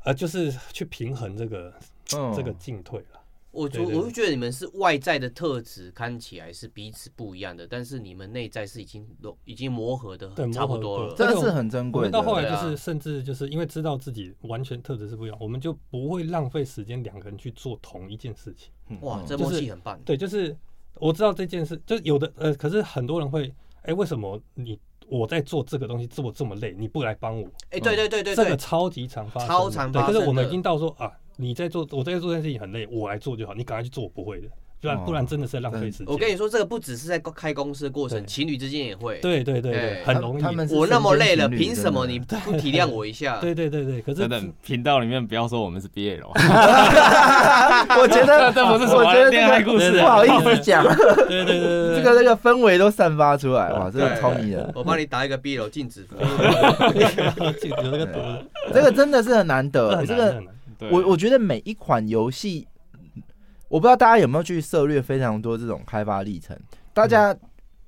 [SPEAKER 6] 呃，就是去平衡这个、
[SPEAKER 4] 嗯
[SPEAKER 6] 这个进退了。
[SPEAKER 3] 我觉
[SPEAKER 6] 对对
[SPEAKER 3] 我就
[SPEAKER 6] 对
[SPEAKER 3] 觉得你们是外在的特质看起来是彼此不一样的，但是你们内在是已经都已经磨合的
[SPEAKER 6] 对
[SPEAKER 3] 差不
[SPEAKER 6] 磨合
[SPEAKER 3] 多
[SPEAKER 6] 过
[SPEAKER 3] 了。
[SPEAKER 4] 这
[SPEAKER 6] 这
[SPEAKER 4] 个
[SPEAKER 6] 种
[SPEAKER 4] 是很珍
[SPEAKER 6] 我
[SPEAKER 4] 贵
[SPEAKER 6] 们
[SPEAKER 4] 的。
[SPEAKER 6] 到后来
[SPEAKER 3] 对啊
[SPEAKER 6] 就是，甚至就是因为知道自己完全特质是不一样，我们就不会浪费时间两个人去做同一件事情。
[SPEAKER 3] 哇，
[SPEAKER 5] <laughs>
[SPEAKER 4] 嗯
[SPEAKER 3] 这
[SPEAKER 6] 就
[SPEAKER 3] 默
[SPEAKER 6] 是
[SPEAKER 3] 契很棒。
[SPEAKER 6] 对，就是我知道这件事，就有的呃，可是很多人会，哎、为什么你我在做这个东西做这么累，你不来帮我？
[SPEAKER 3] 哎，对对对对
[SPEAKER 6] 嗯这个
[SPEAKER 3] 对，
[SPEAKER 6] 超级常发生的，
[SPEAKER 3] 超常
[SPEAKER 6] 对
[SPEAKER 3] 发生
[SPEAKER 6] 可是我们
[SPEAKER 3] 的
[SPEAKER 6] 已经到说啊，你在做，我在做这件事情很累，我来做就好，你赶快去做我不会的，不然、
[SPEAKER 4] 哦
[SPEAKER 6] 不然真的是浪费
[SPEAKER 4] 真
[SPEAKER 6] 时间。
[SPEAKER 3] 我跟你说，这个不只是在开公司的过程，
[SPEAKER 6] 对
[SPEAKER 3] 情侣之间也会。
[SPEAKER 6] 对对对对，
[SPEAKER 3] 哎
[SPEAKER 6] 很容易。
[SPEAKER 4] 他们是
[SPEAKER 3] 我那么累了，
[SPEAKER 4] 身兼情侣
[SPEAKER 3] 凭什么你
[SPEAKER 4] 真
[SPEAKER 3] 不体谅我一下？
[SPEAKER 6] <laughs> 对对对对，可是
[SPEAKER 5] 等等，频道里面不要说我们是 BL，
[SPEAKER 4] 的 <laughs> 我觉得
[SPEAKER 5] 这这不是什
[SPEAKER 4] 我
[SPEAKER 5] 么
[SPEAKER 4] 觉得
[SPEAKER 5] 恋爱
[SPEAKER 4] 这
[SPEAKER 5] 故
[SPEAKER 4] 个
[SPEAKER 5] 事啊
[SPEAKER 4] 不好意思讲，
[SPEAKER 6] 对对对对
[SPEAKER 4] 这
[SPEAKER 6] 对，
[SPEAKER 4] 个这个氛围都散发出来，哇，这个
[SPEAKER 3] 对
[SPEAKER 4] 超迷人。
[SPEAKER 3] 我帮你打一个 B 楼禁
[SPEAKER 4] <laughs>
[SPEAKER 3] 止符。
[SPEAKER 6] 这个有这个毒的，
[SPEAKER 4] 这个真的是很难
[SPEAKER 6] 这
[SPEAKER 4] 得，
[SPEAKER 6] 很
[SPEAKER 4] 这
[SPEAKER 6] 难
[SPEAKER 4] 个
[SPEAKER 6] 这很难。
[SPEAKER 5] 对
[SPEAKER 4] 我我觉得每一款游戏，我不知道大家有没有去涉略非常多这种开发历程。大家
[SPEAKER 6] 嗯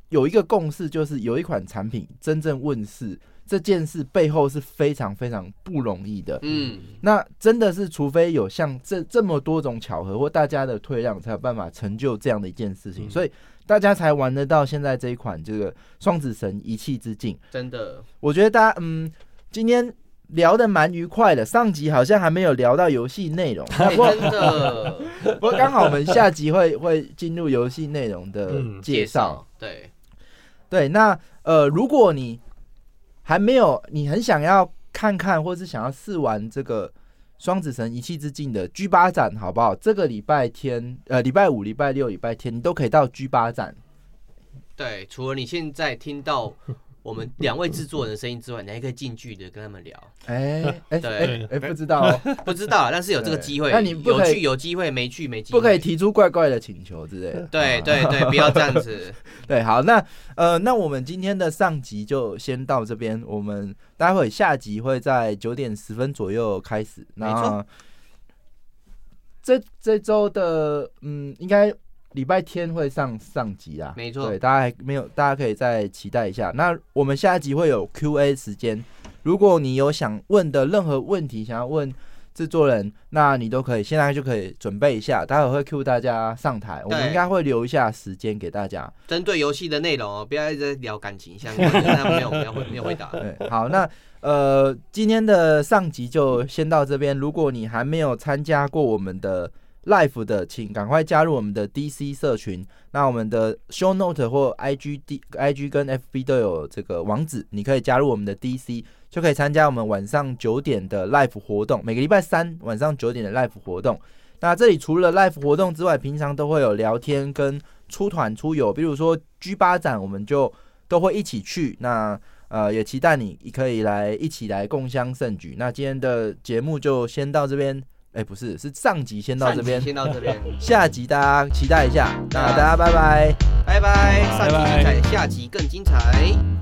[SPEAKER 4] 有一个共识，就是有一款产品真正问世这件事背后是非常非常不容易的。
[SPEAKER 3] 嗯，
[SPEAKER 4] 那真的是，除非有像这这么多种巧合或大家的退让，才有办法成就这样的一件事情，
[SPEAKER 6] 嗯
[SPEAKER 4] 所以大家才玩得到现在这一款这个双子神一气之境。 <laughs>
[SPEAKER 3] 真的，
[SPEAKER 4] 我觉得大家嗯，今天聊的蛮愉快的，上集好像还没有聊到游戏内容，
[SPEAKER 3] 哎真的
[SPEAKER 4] 不过刚好我们下集会会进入游戏内容的
[SPEAKER 6] 嗯
[SPEAKER 4] <laughs> 介绍。，
[SPEAKER 3] 对，
[SPEAKER 4] 对，那呃，如果你还没有，你很想要看看，或是想要试玩这个《双子神一气之境》的 G 八展，好不好？这个礼拜天，呃，礼拜五、礼拜六、礼拜天，你都可以到 G 八展。
[SPEAKER 3] 对，除了你现在听到我们两位制作人的声音之外，你还可以近距离的跟
[SPEAKER 4] <laughs>
[SPEAKER 3] 他们聊。
[SPEAKER 4] 哎哎哎
[SPEAKER 3] 对
[SPEAKER 4] 哎，不知道、
[SPEAKER 3] <laughs>
[SPEAKER 4] 哦，
[SPEAKER 3] 不知道，但是有这个机会，
[SPEAKER 4] 对那你不
[SPEAKER 3] 有
[SPEAKER 4] 可以
[SPEAKER 3] 去有机会，没去没机会，
[SPEAKER 4] 不可以。提出怪怪的请求之类的。<laughs>
[SPEAKER 3] 对对对，不要这样子。
[SPEAKER 4] 对，好，那呃，那我们今天的上集就先到这边，我们待会下集会在九点十分左右开始。
[SPEAKER 3] 没
[SPEAKER 4] 那
[SPEAKER 3] 错
[SPEAKER 4] 这这周的嗯，应该礼拜天会上上集啦，
[SPEAKER 3] 没错
[SPEAKER 4] 对，大家还没有，大家可以再期待一下。那我们下集会有 Q&A 时间，如果你有想问的任何问题，想要问。制作人，那你都可以现在就可以准备一下，待会会 Q 大家上台，我们
[SPEAKER 3] 对
[SPEAKER 4] 应该会留一下时间给大家。
[SPEAKER 3] 针对游戏的内容哦，不要一直在聊感情相关的，那没有没有没有回答。
[SPEAKER 4] 对，好，那呃，今天的上集就先到这边。如果你还没有参加过我们的 Live 的，请赶快加入我们的 DC 社群。那我们的 Show Note 或 IG D IG 跟 FB 都有这个网址，你可以加入我们的 DC，就可以参加我们晚上九点的 Live 活动，每个礼拜三晚上九点的 Live 活动。那这里除了 Live 活动之外，平常都会有聊天跟出团出游，比如说 G 八展，我们就都会一起去。那呃，也期待你可以来一起来共襄盛举。那今天的节目就先到这边，哎、不是，是上集先到这边
[SPEAKER 3] 上集，先到这边，
[SPEAKER 4] 下集大家期待一下。那大家拜拜。
[SPEAKER 3] 拜拜。上集精彩，下集更精彩。